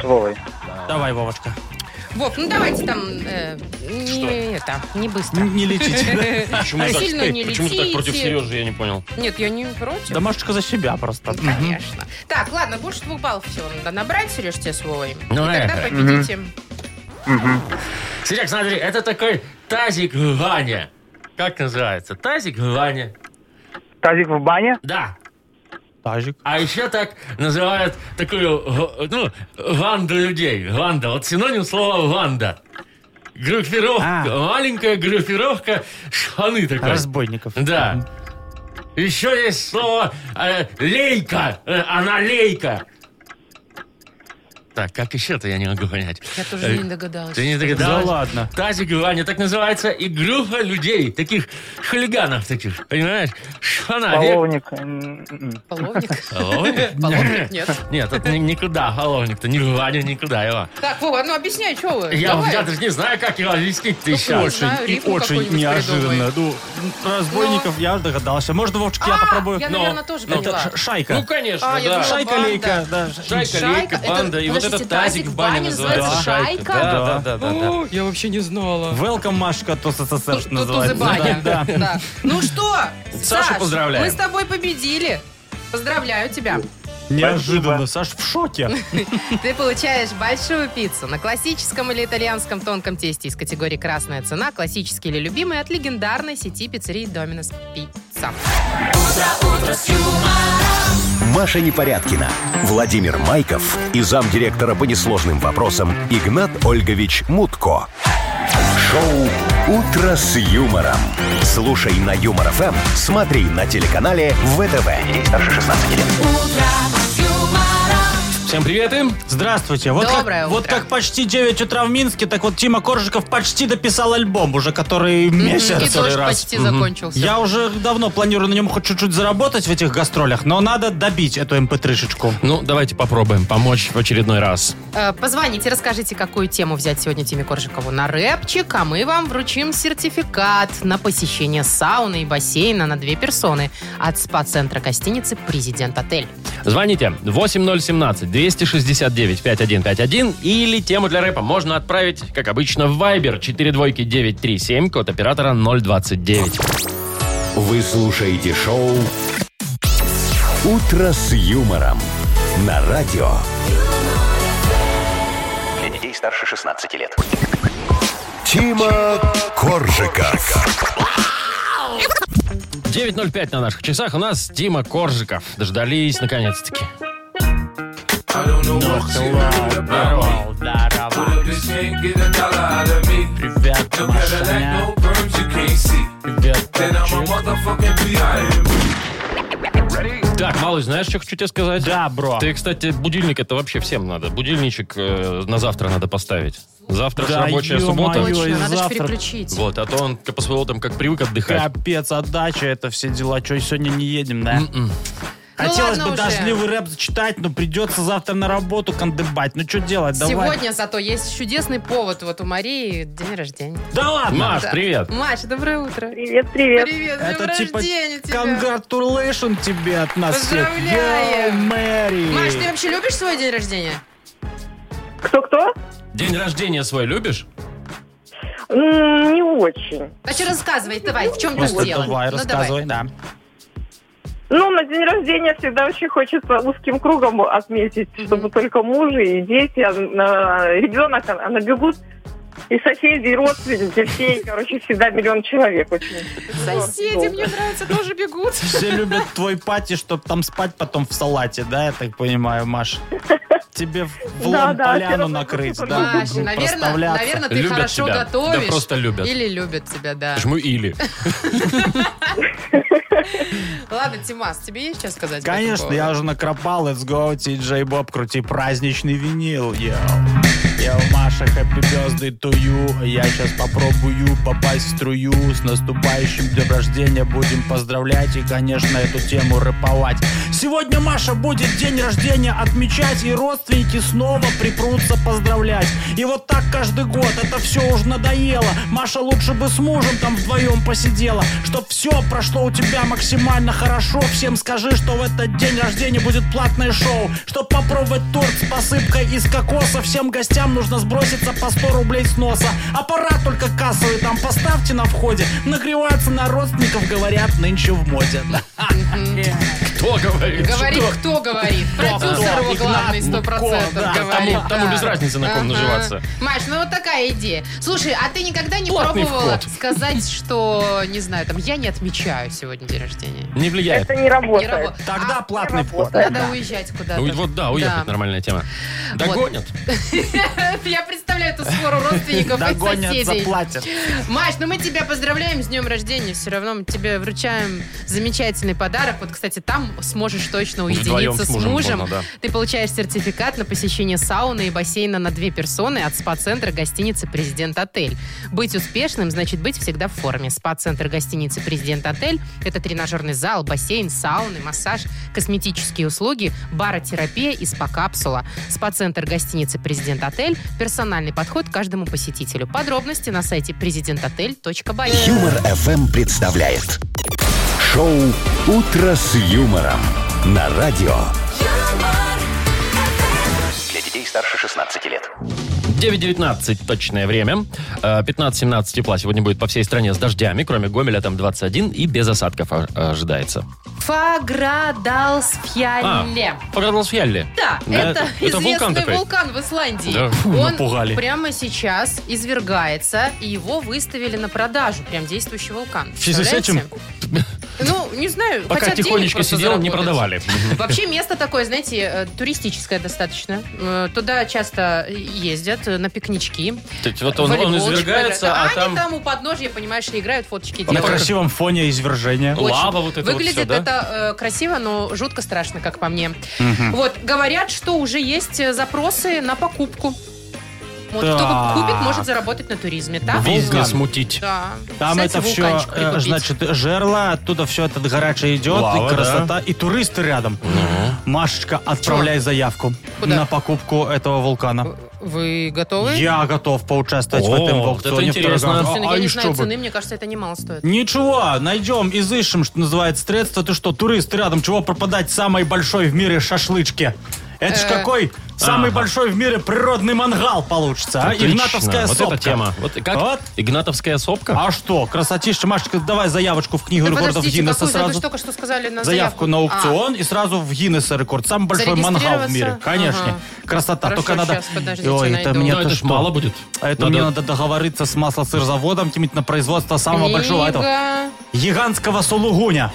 с Вовой. Давай, Вовочка. Вов, ну давайте там э, не это, не быстро. Н- Не лечите. Почему так- Сильно эй, не Почему так против летите. Сережи, я не понял. Нет, я не против. Да Машечка за себя просто. Ну, Конечно. Так, ладно, больше двух баллов всего надо набрать, Сереж, тебе свой. Ну, и тогда эх. победите. Серег, смотри, это такой тазик Ваня. Как называется? Тазик Ваня. Тазик в бане? Да. Тазик. А еще так называют такую, г- ну, ванду людей. Ванда. Вот синоним слова ванда. Группировка. А. Маленькая группировка шаны такой. Разбойников. Да. Еще есть слово э, лейка. Э, она лейка. Так, как еще-то я не могу понять. Я тоже Э, не догадалась. Ты не Да догадалась? ладно. Тазик, Ваня, так называется и группа людей, таких хулиганов таких, понимаешь? Шанари. Половник. м, м. Половник? Половник? Половник нет. Нет, это ни- никуда, головник-то, ни Ваня, никуда его. Так, Вова, ну объясняй, что вы? Я, Давай. Ну, я даже не знаю, как его объяснить-то сейчас. Очень знаю, и рифму очень какую-нибудь неожиданно. Ну, разбойников я догадался. Может, Вовчик, я А, попробую. я, Ну, наверное, тоже это поняла. ш- Шайка. Ну, конечно, А, я да. думала, Шайка банда. лейка, да. Шайка, лейка, это- банда. и вот подождите, этот тазик в бане называется шайка. Да, да, да, да. да. О, Я вообще не знала. Welcome, Машка, то СССР, что Тут- тут называется. и баня. Да, да. Да. Ну что, Сашу Саш, поздравляем. мы с тобой победили. Поздравляю тебя. Неожиданно. Саш в шоке. Ты получаешь большую пиццу на классическом или итальянском тонком тесте из категории «Красная цена», классический или любимый от легендарной сети пиццерий «Доминос Пицца». Маша Непорядкина, Владимир Майков и замдиректора по несложным вопросам Игнат Ольгович Мутко. Шоу «Утро с юмором». Слушай на Юмор ФМ, смотри на телеканале ВТВ. Здесь старше 16 лет. Всем привет им. Здравствуйте. Вот Доброе как, утро. Вот как почти 9 утра в Минске, так вот Тима Коржиков почти дописал альбом уже, который месяц. И тоже раз. почти закончился. Я уже давно планирую на нем хоть чуть-чуть заработать в этих гастролях, но надо добить эту эм mp3-шечку. Ну, давайте попробуем помочь в очередной раз. Э, Позвоните, расскажите, какую тему взять сегодня Тиме Коржикову на рэпчик, а мы вам вручим сертификат на посещение сауны и бассейна на две персоны от спа-центра гостиницы «Президент Отель». Звоните 8017-269-5151 или тему для рэпа можно отправить, как обычно, в Viber 42937, код оператора 029. Вы слушаете шоу «Утро с юмором» на радио. Для детей старше 16 лет. Тима Коржика. 9.05 на наших часах у нас Тима Коржиков. Дождались, наконец-таки. Привет, Машаня. Так, Малыш, знаешь, что хочу тебе сказать? Да, бро. Ты, кстати, будильник это вообще всем надо. Будильничек э, на завтра надо поставить. Завтра же Да, рабочая ё-моё. суббота. Ой, Точно, и надо же завтра. переключить. Вот, а то он к- по своему там как привык отдыхать. Капец, отдача, это все дела. Че, сегодня не едем, да? Хотелось Ну ладно бы уже. дождливый рэп зачитать, но придется завтра на работу кандыбать. Ну что делать, давай. Сегодня зато есть чудесный повод. Вот у Марии день рождения. Да ладно! Маш, Да. привет. Маш, доброе утро. Привет, привет. Привет, с Это днем типа рождения тебя. congratulation тебе от нас всех. Поздравляем. Йоу, Мэри. Маш, ты вообще любишь свой день рождения? Кто-кто? День рождения свой любишь? М, Не очень. А что рассказывай, давай, в чем тут Просто дело? давай, Ну, рассказывай, да. Ну, на день рождения всегда очень хочется узким кругом отметить, чтобы только мужи и дети, а, на- ребенок, а, набегут и соседи, и родственники, все, короче, всегда миллион человек очень. Соседи, мне нравится, тоже бегут. Все любят твой пати, чтобы там спать потом в салате, да, я так понимаю, Маш? Тебе в в Да, лом да, все поляну равно накрыть, только да? Маш, будут наверное, проставляться. наверное, ты Любят хорошо тебя. готовишь. Да просто любят. Или любят тебя, да. Жму или. Ладно, Тимас, тебе есть что сказать? по этому Конечно, поводу? я уже накропал. Let's go, TJ Боб, крути праздничный винил. Йоу, Йоу, Маша, happy birthday to you. Я сейчас попробую попасть в струю. С наступающим днем рождения будем поздравлять и, конечно, эту тему рэповать. Сегодня Маша будет день рождения отмечать, и родственники снова припрутся поздравлять. И вот так каждый год, это все уже надоело. Маша лучше бы с мужем там вдвоем посидела, чтоб все прошло у тебя максимально хорошо. Всем скажи, что в этот день рождения будет платное шоу. Чтоб попробовать торт с посыпкой из кокоса, всем гостям нужно сброситься по 100 рублей с носа. Аппарат только кассовый там поставьте на входе. Нагреваться на родственников, говорят, нынче в моде. Кто говорит? Говорит, Что? кто говорит. Продюсер кто? его главный, сто Игнат Мутко, да, процентов говорит. тому- тому да. без разницы, на ком Ага. наживаться. Маш, ну вот такая идея. Слушай, а ты никогда не Платный пробовала вход. сказать, что, не знаю, там, я не отмечаю сегодня день рождения? Не влияет. Это не Не работает. работает. Тогда А, платный вход. Надо уезжать куда-то. Ну, Вот да, уехать Да. нормальная тема. Догонят. Я представляю эту свору родственников и Догонят, соседей. заплатят. Маш, ну мы тебя поздравляем с днем рождения. Все равно мы тебе вручаем замечательный подарок. Вот, кстати, там сможешь точно Вдвоем уединиться с с мужем мужем. можно, да. Ты получаешь сертификат на посещение сауны и бассейна на две персоны от спа-центра гостиницы «Президент Отель». Быть успешным значит быть всегда в форме. Спа-центр гостиницы «Президент Отель» — это тренажерный зал, бассейн, сауны, массаж, косметические услуги, баротерапия и спа-капсула. Спа-центр гостиницы «Президент Отель» — персональный подход к каждому посетителю. Подробности на сайте президентотель.бай. Юмор FM представляет шоу Утро с юмором на радио. Для детей старше 16 лет. 9.19 точное время. Э, 15-17 тепла сегодня будет по всей стране с дождями, кроме Гомеля там 21 и без осадков о- ожидается. А, Фаградалсфьяле. Погадал с Ялли. Да, Да, это, это известный вулкан вулкан, такой. в Исландии. Да, фу, Он напугали. прямо сейчас извергается, и его выставили на продажу, прям действующий вулкан. В связи с Представляете? этим? Ну, не знаю. Пока хотят денег тихонечко просто сидел, не заработать. продавали. Вообще место такое, знаете, э, туристическое достаточно. Э, Туда часто ездят э, на пикнички. То есть Вот он, он волейболчик извергается, а играют. они там там у подножья, понимаешь, ли, играют, фоточки На делают. красивом фоне извержения. Ой, Очень. Лава вот это вот Выглядит всё, да? это э, красиво, но жутко страшно, как по мне. Вот, говорят, что уже есть э, запросы на покупку. Вот, Так. кто купит, может заработать на туризме, так? бизнес мутить. Да. Там Кстати, это все, вулканчик прикупить. значит, жерло, оттуда все это горячее идет, Лава, Ну. и красота, и туристы рядом. Машечка, отправляй заявку Куда? на покупку этого вулкана. Вы готовы? Я готов поучаствовать в О, этом вот это аукционе в интересно. торгах. Слушай, ну, А я и не что знаю бы? цены, мне кажется, это немало стоит. Ничего, найдем, изыщем, что называется, средства. Ты что, турист рядом, чего пропадать самой большой в мире шашлычке? Это ж Э. какой самый Ага. большой в мире природный мангал получится, а? Отлично. Игнатовская Вот сопка. эта тема. Вот как? Вот. Игнатовская сопка? Ну, А что, красотища, Машечка, давай заявочку в книгу Да рекордов подождите, Гиннесса какую вы сразу. же только что сказали на заявку заявку? на А, аукцион и сразу в Гиннесса рекорд. Самый большой мангал в мире. Зарегистрироваться? Конечно. Красота. Хорошо, Только надо... щас, подождите, Ой, найду. это мне Ну, это то ж что? мало будет. А Это Надо- мне надо договориться с маслосырзаводом, каким-нибудь на производство самого большого этого книга. гигантского сулугуня.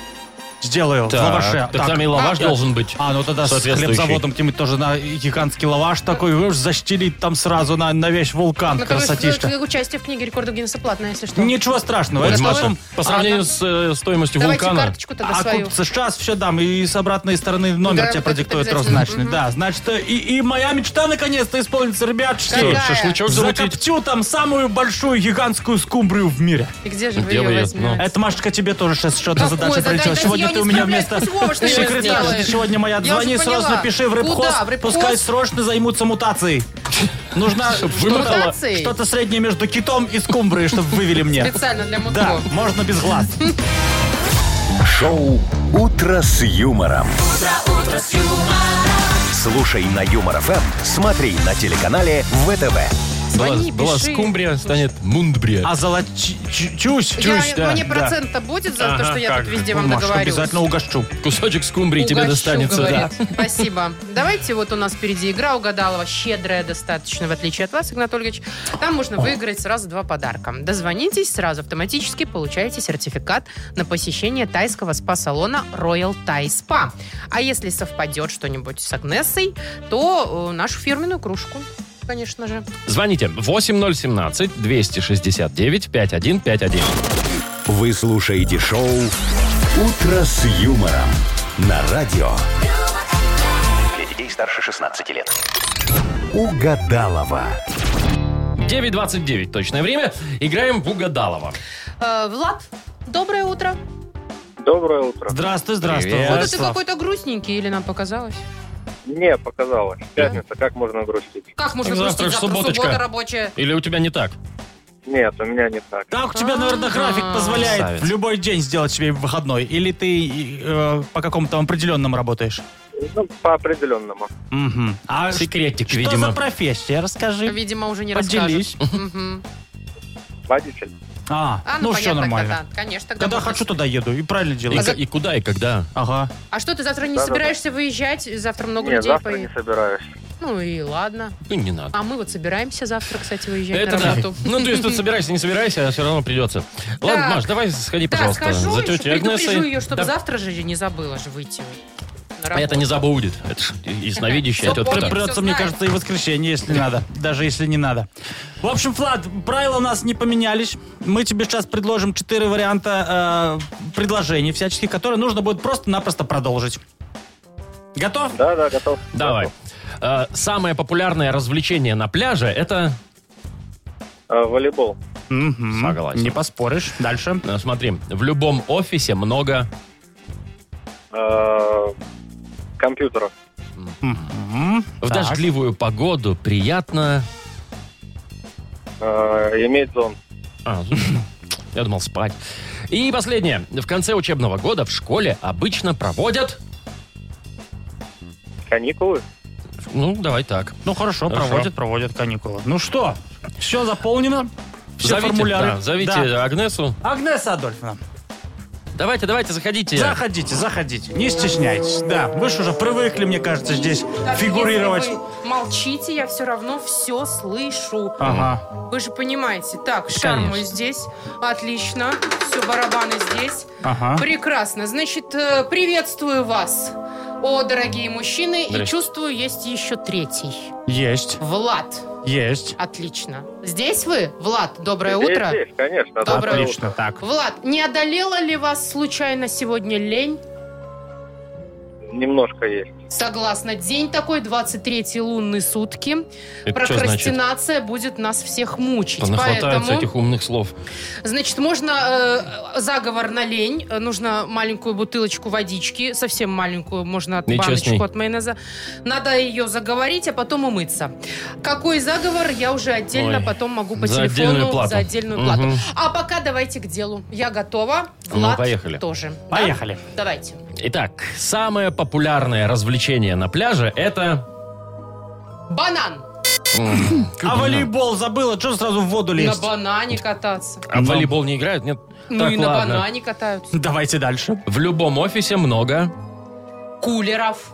Сделаю в Так, лаваше. так там и лаваш должен быть. А, ну тогда с соответствующий. хлебзаводом каким-нибудь тоже на гигантский лаваш такой уж застелить там сразу на, на весь вулкан. Ну, короче, Красотища. Участие в книге рекордов Гиннесса платное, если что. Ничего страшного. Вот, Это Маша, потом- по сравнению с э, стоимостью Давайте вулкана. карточку тогда А свою. тут сейчас все дам, и с обратной стороны номер Да, тебе вот продиктует это обязательно. трехзначный. Да, значит, и, и моя мечта наконец-то исполнится, ребятушки. Всё, Какая? Шашлычок замутить. Закоптю там самую большую гигантскую скумбрию в мире. И где же вы Где ее вы её- возьмете? ну. Это, Машечка, тебе тоже сейчас что-то Какой? задача Да, да, прилетела. да, Сегодня я ты у меня вместо Пусть Вова что-нибудь секретаря сделает. ты сегодня моя. уже Звони сразу поняла. напиши в рыбхоз, Куда? В рыбхоз? пускай срочно займутся мутацией. Нужно что-то Мутацией? что-то среднее между китом и скумброй, чтобы вывели мне. Специально для Мутко. Да, можно без глаз. Шоу «Утро с юмором». Слушай на Юмор ФМ, смотри на телеканале ВТВ. Была, Звони, была пиши. скумбрия, станет мундбрия. А золочусь. Я- чусь, да, Мне да. процент-то будет за то, что я тут везде вам договорю. обязательно угощу. Кусочек скумбрии тебе Угощу, достанется, да. говорит. Спасибо. Давайте вот у нас впереди игра угадалова. Щедрая достаточно, в отличие от вас, Игнат Ольгович. Там можно выиграть сразу два подарка. Дозвонитесь, сразу автоматически получаете сертификат на посещение тайского спа-салона Royal Thai Spa. А если совпадет что-нибудь с Агнессой, то э, нашу фирменную кружку, конечно же. Звоните 8017-269-5151. Вы слушаете шоу «Утро с юмором» на радио Для детей старше 16 лет. Угадалова. 9.29 точное время. Играем в Угадалова. Э, Влад, доброе утро. Доброе утро. Здравствуй, здравствуй. Привет. Ну, ты Владислав. какой-то грустненький, или нам показалось? Не, показалось. Пятница, как можно грустить? Как можно Так завтра грустить? ж Ну, Завтра субботочка. суббота рабочая. Или у тебя не так? Нет, у меня не так. Так, у тебя, А, наверное, график А-а-а. позволяет Красавец. в любой день сделать себе выходной. Или ты э, по какому-то определенному работаешь? Ну, по определенному. Мгм. А ш- Секретик, что видимо. за профессия? Расскажи. Видимо, уже не Поделись. расскажет. Мгм. Водитель. А, А, ну, А ну все понятно, нормально. когда, конечно. тогда Когда можно. хочу, туда еду. И правильно И, делаю. к- и куда, и когда? Ага. А что, ты завтра не Да-да-да. собираешься выезжать? Завтра много Нет, людей завтра поедет. не собираюсь. Ну и ладно. Ну, не надо. А мы вот собираемся завтра, кстати, выезжать Это на да. работу. Ну, то есть тут собирайся, не собирайся, а все равно придется. Ладно, Так. Маш, давай сходи, Да, пожалуйста, скажу, за им, что тетей предупрежу Агнесой. ее, чтобы Да. завтра же не забыла же выйти на А работу. это не забудет. Это ж а ясновидящая Всё тетка. помнит. Да. Придется, всё мне знаю. кажется, и в воскресенье, если надо. Даже если не надо. В общем, Влад, правила у нас не поменялись. Мы тебе сейчас предложим четыре варианта э, предложений всяческих, которые нужно будет просто-напросто продолжить. Готов? Да, да, готов. Давай. Готов. Э, Самое популярное развлечение на пляже это... Э, волейбол. Мгм. Согласен. Не поспоришь. Дальше. э, Смотри, в любом офисе много... Э, компьютеров. Мгм. В Так. дождливую погоду приятно... Э, иметь зон. А, я думал спать. И последнее. В конце учебного года в школе обычно проводят... Каникулы. Ну, давай так. Ну хорошо, Хорошо. проводят, проводят каникулы. Ну что, все заполнено. Все формуляры. да, зовите Да. Агнесу. Агнеса Адольфовна, Давайте, давайте, заходите. заходите, заходите, не стесняйтесь. Да, вы же уже привыкли, мне кажется, здесь Даже фигурировать. если вы молчите, я все равно все слышу. Ага. Вы же понимаете. Так, шар мой конечно. здесь. Отлично. Все, барабаны здесь. А? Ага. Прекрасно. Значит, э, приветствую вас. О, дорогие мужчины, и Здрасте. чувствую, есть еще третий. Есть, Влад. есть. Отлично. Здесь вы? Влад, доброе Здесь, утро. Здесь, конечно. Доброе Отлично, так. Влад, не одолела ли вас случайно сегодня лень? утро. Немножко есть. Согласно, день такой, 23-й лунные сутки. Это что Э, значит? Прокрастинация будет нас всех мучить. Понахватаются Поэтому, этих умных слов. значит, можно э, заговор на лень. Э, Нужно маленькую бутылочку водички, совсем маленькую, можно от Ничего с ней. баночку от майонеза. Надо ее заговорить, а потом умыться. Какой заговор, я уже отдельно Ой, потом могу по за телефону отдельную плату. за отдельную плату. Мгм. А пока давайте к делу. Я готова. Ну, Влад поехали. тоже. Да? Поехали. Давайте. Итак, самое популярное развлечение на пляже это... Банан. А волейбол забыла, что сразу в воду На лезть? банане кататься. А в волейбол не играют? Нет? Ну Так, и на ладно. банане катаются. Давайте дальше. В любом офисе много... Кулеров.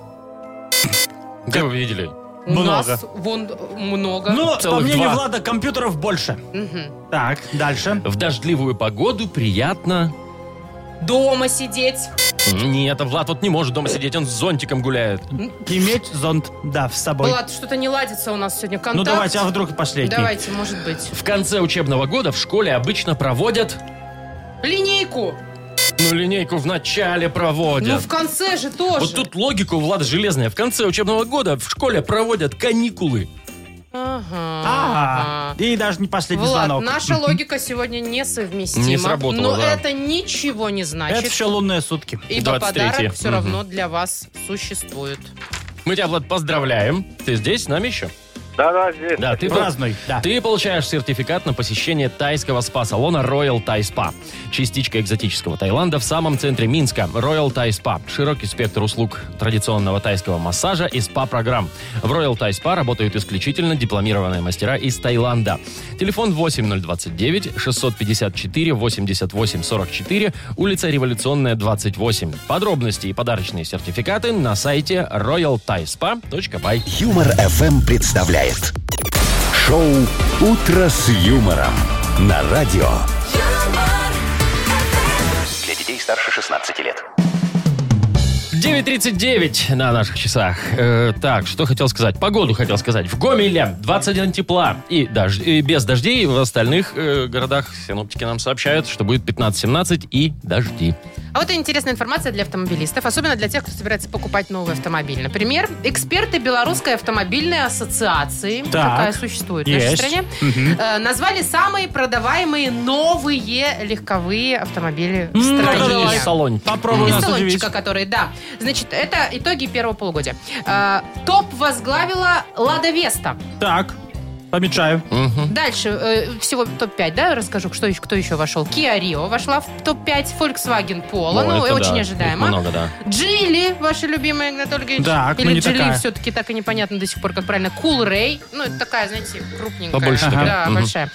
Где вы видели? У Много. нас вон много. Ну, по Целых мнению два. Влада, компьютеров больше. Мгм. Так, дальше. В дождливую погоду приятно... Дома сидеть. Нет, а Влад вот не может дома сидеть, он с зонтиком гуляет. Иметь зонт, да, с собой. Влад, что-то не ладится у нас сегодня. Контакт. Ну давайте, а вдруг и последний? Давайте, может быть. В конце учебного года в школе обычно проводят... Линейку. Ну, линейку в начале проводят. Ну в конце же тоже. Вот тут логика у Влада железная. В конце учебного года в школе проводят каникулы. Ага. Ага. А, И даже не последний А. Влад, звонок. наша логика сегодня несовместима. Не сработала, Но да. это ничего не значит. Это еще лунные сутки. Ибо 23-е. подарок все Мгм. равно для вас существует. Мы тебя, Влад, поздравляем. Ты здесь, с нами еще? Да-да, здесь. Да, ты был- Празднуй. Да. Ты получаешь сертификат на посещение тайского спа-салона Royal Thai Spa. Частичка экзотического Таиланда в самом центре Минска. Royal Thai Spa. Широкий спектр услуг традиционного тайского массажа и спа-программ. В Royal Thai Spa работают исключительно дипломированные мастера из Таиланда. Телефон 8029-654-8844, улица Революционная, 28. Подробности и подарочные сертификаты на сайте royalthaispa.by. Юмор FM представляет шоу Утро с юмором на радио. Для детей старше 16 лет. 9.39 на наших часах. Э, так, что хотел сказать? Погоду хотел сказать. В Гомеле 21 тепла и, дож- и без дождей. В остальных э, городах синоптики нам сообщают, что будет 15-17 и дожди. А вот и интересная информация для автомобилистов, особенно для тех, кто собирается покупать новый автомобиль. Например, эксперты Белорусской автомобильной ассоциации, Так. такая существует в нашей Есть. стране, э, назвали самые продаваемые новые легковые автомобили в М, стране. ну, давай. Из салон. Попробуй Из нас удивить. салончика, который, да. Значит, это итоги первого полугодия. Э, топ возглавила Лада Веста. Так, помечаю. Мгм. Дальше, э, всего топ-5, да, расскажу, кто еще, кто еще вошел. Kia Rio вошла в топ-5, Volkswagen О, Polo, ну, это очень да. ожидаемо. Их много, да. Ну, Джили, ваши любимые, Анатолий Григорьевич. Так, ну Или не Джили, такая. все-таки так и непонятно до сих пор, как правильно. Кул Рэй. Ну, это такая, знаете, крупненькая. Побольше такая. Да, Мгм. большая.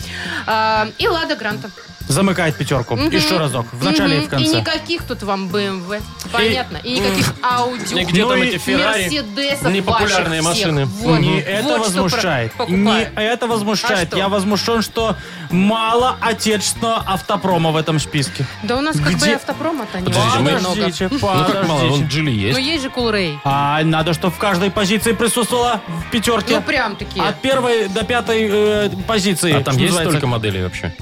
А, и Лада Гранта. Замыкает пятерку. Мгм. Еще разок. В начале Мгм. и в конце. И никаких тут вам BMW. Понятно. И, никаких Audi. И где Ну там и эти Феррари? Мерседесов непопулярные ваших всех. машины. Вот. Не Вот это что возмущает. про- Не покупаю. это А возмущает. что? Я возмущен, что мало отечественного автопрома в этом списке. Да у нас как бы Где- и автопрома-то не Подождите, очень мы- много. подождите, Ну как мало, вон подождите. Джили Но есть. есть же Cool Ray. А надо, чтобы в каждой позиции присутствовала в пятерке. Ну, прям такие. От первой до пятой э, позиции. А там что есть называется. столько моделей вообще?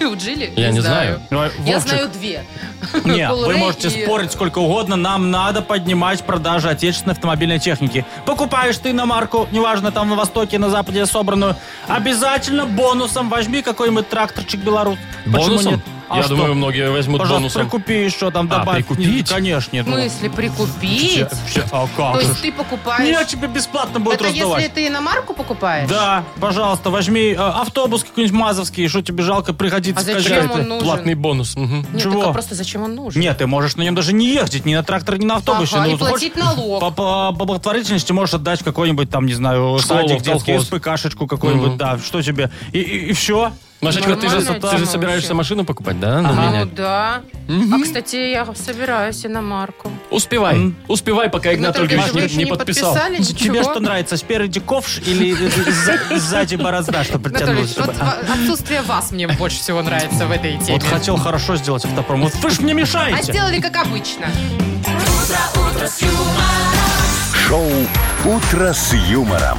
У Джили? Я не знаю. Ой, Я Вовчик, знаю две. Не, Cool вы Ray можете и- спорить сколько угодно, нам надо поднимать продажи отечественной автомобильной техники. Покупаешь ты на марку, неважно, там на Востоке, на Западе собранную, обязательно бонусом возьми какой-нибудь тракторчик белорус. Почему Бонусом? нет? А Я что? думаю, многие возьмут Пожалуйста, бонусом. прикупи еще там, А, добавь. прикупить? Не, Конечно, нет. В смысле, прикупить? А То как же? есть ты покупаешь... Нет, тебе бесплатно будут Ну, это раздавать. если ты иномарку покупаешь? Да, пожалуйста, возьми э, автобус какой-нибудь мазовский, что тебе жалко А приходиться зачем скачать? он нужен? Платный бонус. мгм. Нет, Чего? так а просто зачем он нужен? Нет, ты можешь на нем даже не ездить, ни на тракторе, ни на автобусе. Ага, Ну, и платить хочешь- налог. По, по- по благотворительности можешь отдать в какой-нибудь, там, не Школу, знаю, садик детский, колхоз. СПКшечку какую-нибудь, Мгм. да, что тебе. И, и- и все. Машечка, ты же, Нормальная ты же тема собираешься вообще. машину покупать, да? Ну Менять? да. А, кстати, я собираюсь иномарку. Успевай. М. Успевай, пока Игнат Анатолий Ольгович Григорьевич, Ну, вы не, не еще не подписал. подписали? Ничего. Тебе что нравится, спереди ковш или сза- сзади борозда, что Анатолий, притянулась? вот ва- отсутствие вас мне больше всего нравится в этой теме. Вот хотел хорошо сделать автопром. Вот вы ж мне А мешаете. сделали как обычно. Шоу Утро с юмором.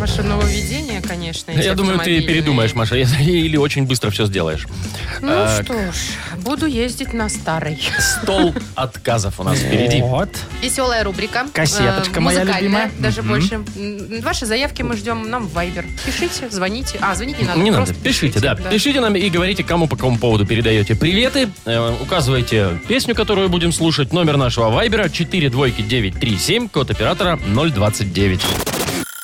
Машинного введения, конечно. эти Я думаю, ты автомобильные. передумаешь, Маша, или очень быстро все сделаешь. Ну а, что ж, буду ездить на старой. Стол отказов у нас впереди. Вот. Веселая рубрика. Э, Кассеточка моя музыкальная, любимая. даже больше. М, Ваши заявки мы ждем нам в Viber. Пишите, звоните. А, звонить не надо. Не надо, просто пишите, да. Пишите нам и говорите, кому по какому поводу передаете приветы. Э, указывайте песню, которую будем слушать. Номер нашего вайбера 42937, код оператора 029.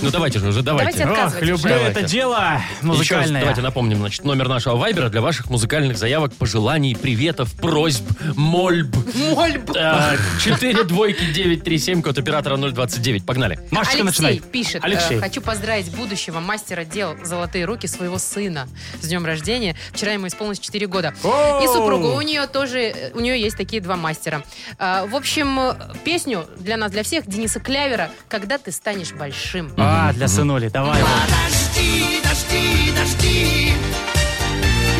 Ну давайте же уже, давайте. Давайте отказывайтесь. Ах, люблю Давайте. это дело Еще раз музыкальное. давайте напомним, значит, номер нашего вайбера для ваших музыкальных заявок, пожеланий, приветов, просьб, мольб. Мольб. Э, 4 двойки 937, код оператора 029. Погнали. Машечка, Алексей начинай. пишет, Алексей. э, хочу поздравить будущего мастера дел «Золотые руки» своего сына с днем рождения. Вчера ему исполнилось 4 года. Оу. И супругу. У нее тоже, э, у нее есть такие два мастера. Э, В общем, э, песню для нас, для всех, Дениса Клявера «Когда ты станешь большим». А, для сынули, давай. Дожди, дожди, дожди,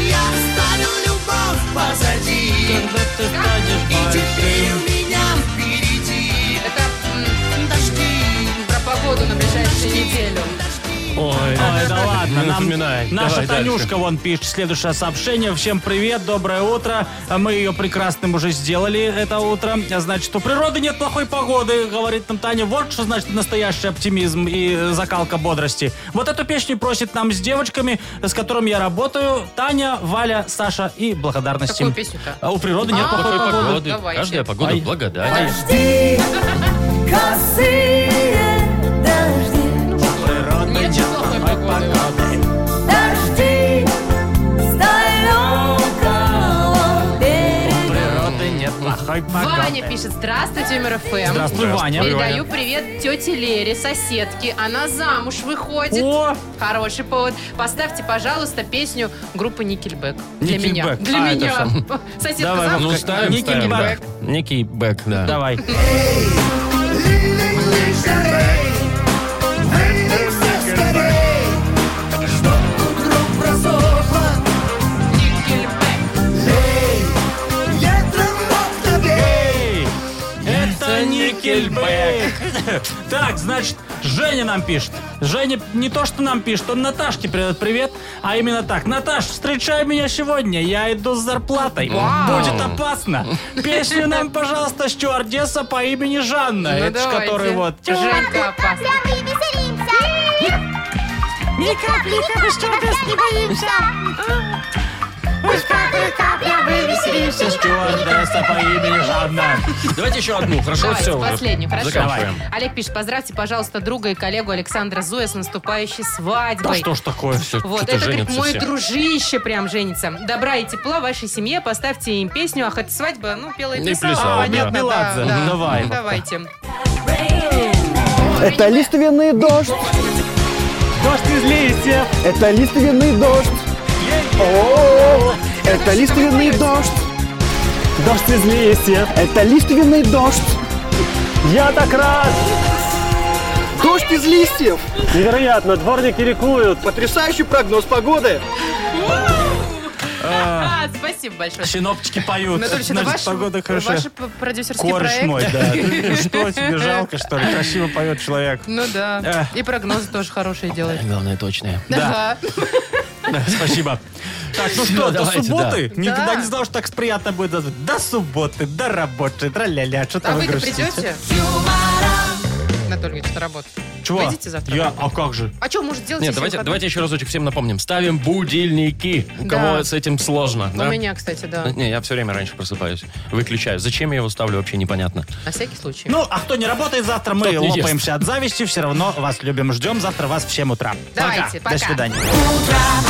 я оставил любовь позади. И теперь у меня впереди Это м, дожди, про погоду на ближайшие неделю. Ой, Ой, да ладно, Не нам- напоминай. наша Давай дальше. Танюшка вон пишет следующее сообщение. Всем привет, доброе утро. А Мы ее прекрасным уже сделали это утро. А Значит, у природы нет плохой погоды, говорит нам Таня. Вот что значит настоящий оптимизм и э, закалка бодрости. Вот эту песню просит нам с девочками, с которыми я работаю. Таня, Валя, Саша и благодарность Какую им. песню-то? А у природы нет А, плохой какой погоды. Погоды. Давайте. Каждая погода Ай. благодать. Косые дожди, Нет плохой погоды. дожди, с далекого берега. Природы нет плохой погоды. Ваня пишет, здравствуйте, МРФМ. Здравствуй, Ваня. Передаю привет тете Лере, соседке. Она замуж выходит. О! Хороший повод. Поставьте, пожалуйста, песню группы Никельбэк. Для меня. Никельбэк. Для А, это меня. сам. Соседка Давай, замуж. Ну, Как- ставим, Никий ставим. да. Бэк. Никий Бэк, да. Давай. Эй, Это Никельбэк. Так, значит, Женя нам пишет. Женя не то, что нам пишет, он Наташке передает привет, а именно так. Наташ, встречай меня сегодня, я иду с зарплатой. Будет опасно. Песню нам, пожалуйста, стюардесса по имени Жанна. Ну, Это ж давайте. который вот... Женька опасна. Ни капли, ни капли стюардесс не боимся. Пусть капли, капля, мы веселимся. Стюардесса по имени Жанна. Давайте еще одну, хорошо? Ну, Давайте, Все уже. последнюю, хорошо. Заканчиваем. Олег пишет, поздравьте, пожалуйста, друга и коллегу Александра Зуя с наступающей свадьбой. Да что ж такое? Всё, Вот, что-то это, говорит, женятся мой все. дружище прям женится. Добра и тепла вашей семье. Поставьте им песню, а хоть свадьба, ну, пела и Не плясала. плясала, Понятно, да. Меладзе. да. Давай. Давайте. Это лиственный дождь, Дождь из листьев. это лиственный дождь. О, это лиственный дождь, Дождь из листьев. это лиственный дождь. Я так рад. Дождь из листьев. Невероятно, дворники ликуют. Потрясающий прогноз погоды. А, спасибо большое. Синоптики поют. Анатолий, это Значит, ваш, погода хорошая. ваш п- продюсерский Кореш проект. мой, да. Ты Что, тебе жалко, что ли? Красиво поет человек. Ну да. Эх. И прогнозы тоже хорошие делает. Главное, точное. Э. Да. Ага. Спасибо. Так, ну что, до давайте, субботы? да. Никогда Да. не знал, что так приятно будет. назвать. До субботы, до работы, тра-ля-ля. Что А там вы вы-то грустите? придете? Анатолий Ильич, на работу. Чего? Выйдете завтра? Я, а как же? А что, может, делать? Нет, если давайте, выходной? давайте еще разочек всем напомним. Ставим будильники. У кого Да. с этим сложно. да? У меня, кстати, да. Не, я все время раньше просыпаюсь. Выключаю. Зачем я его ставлю, вообще непонятно. На всякий случай. Ну, а кто не работает завтра, мы Тот не ест. лопаемся от зависти. Все равно вас любим, ждем. Завтра вас в 7 утра. Давайте, пока. До свидания. Утро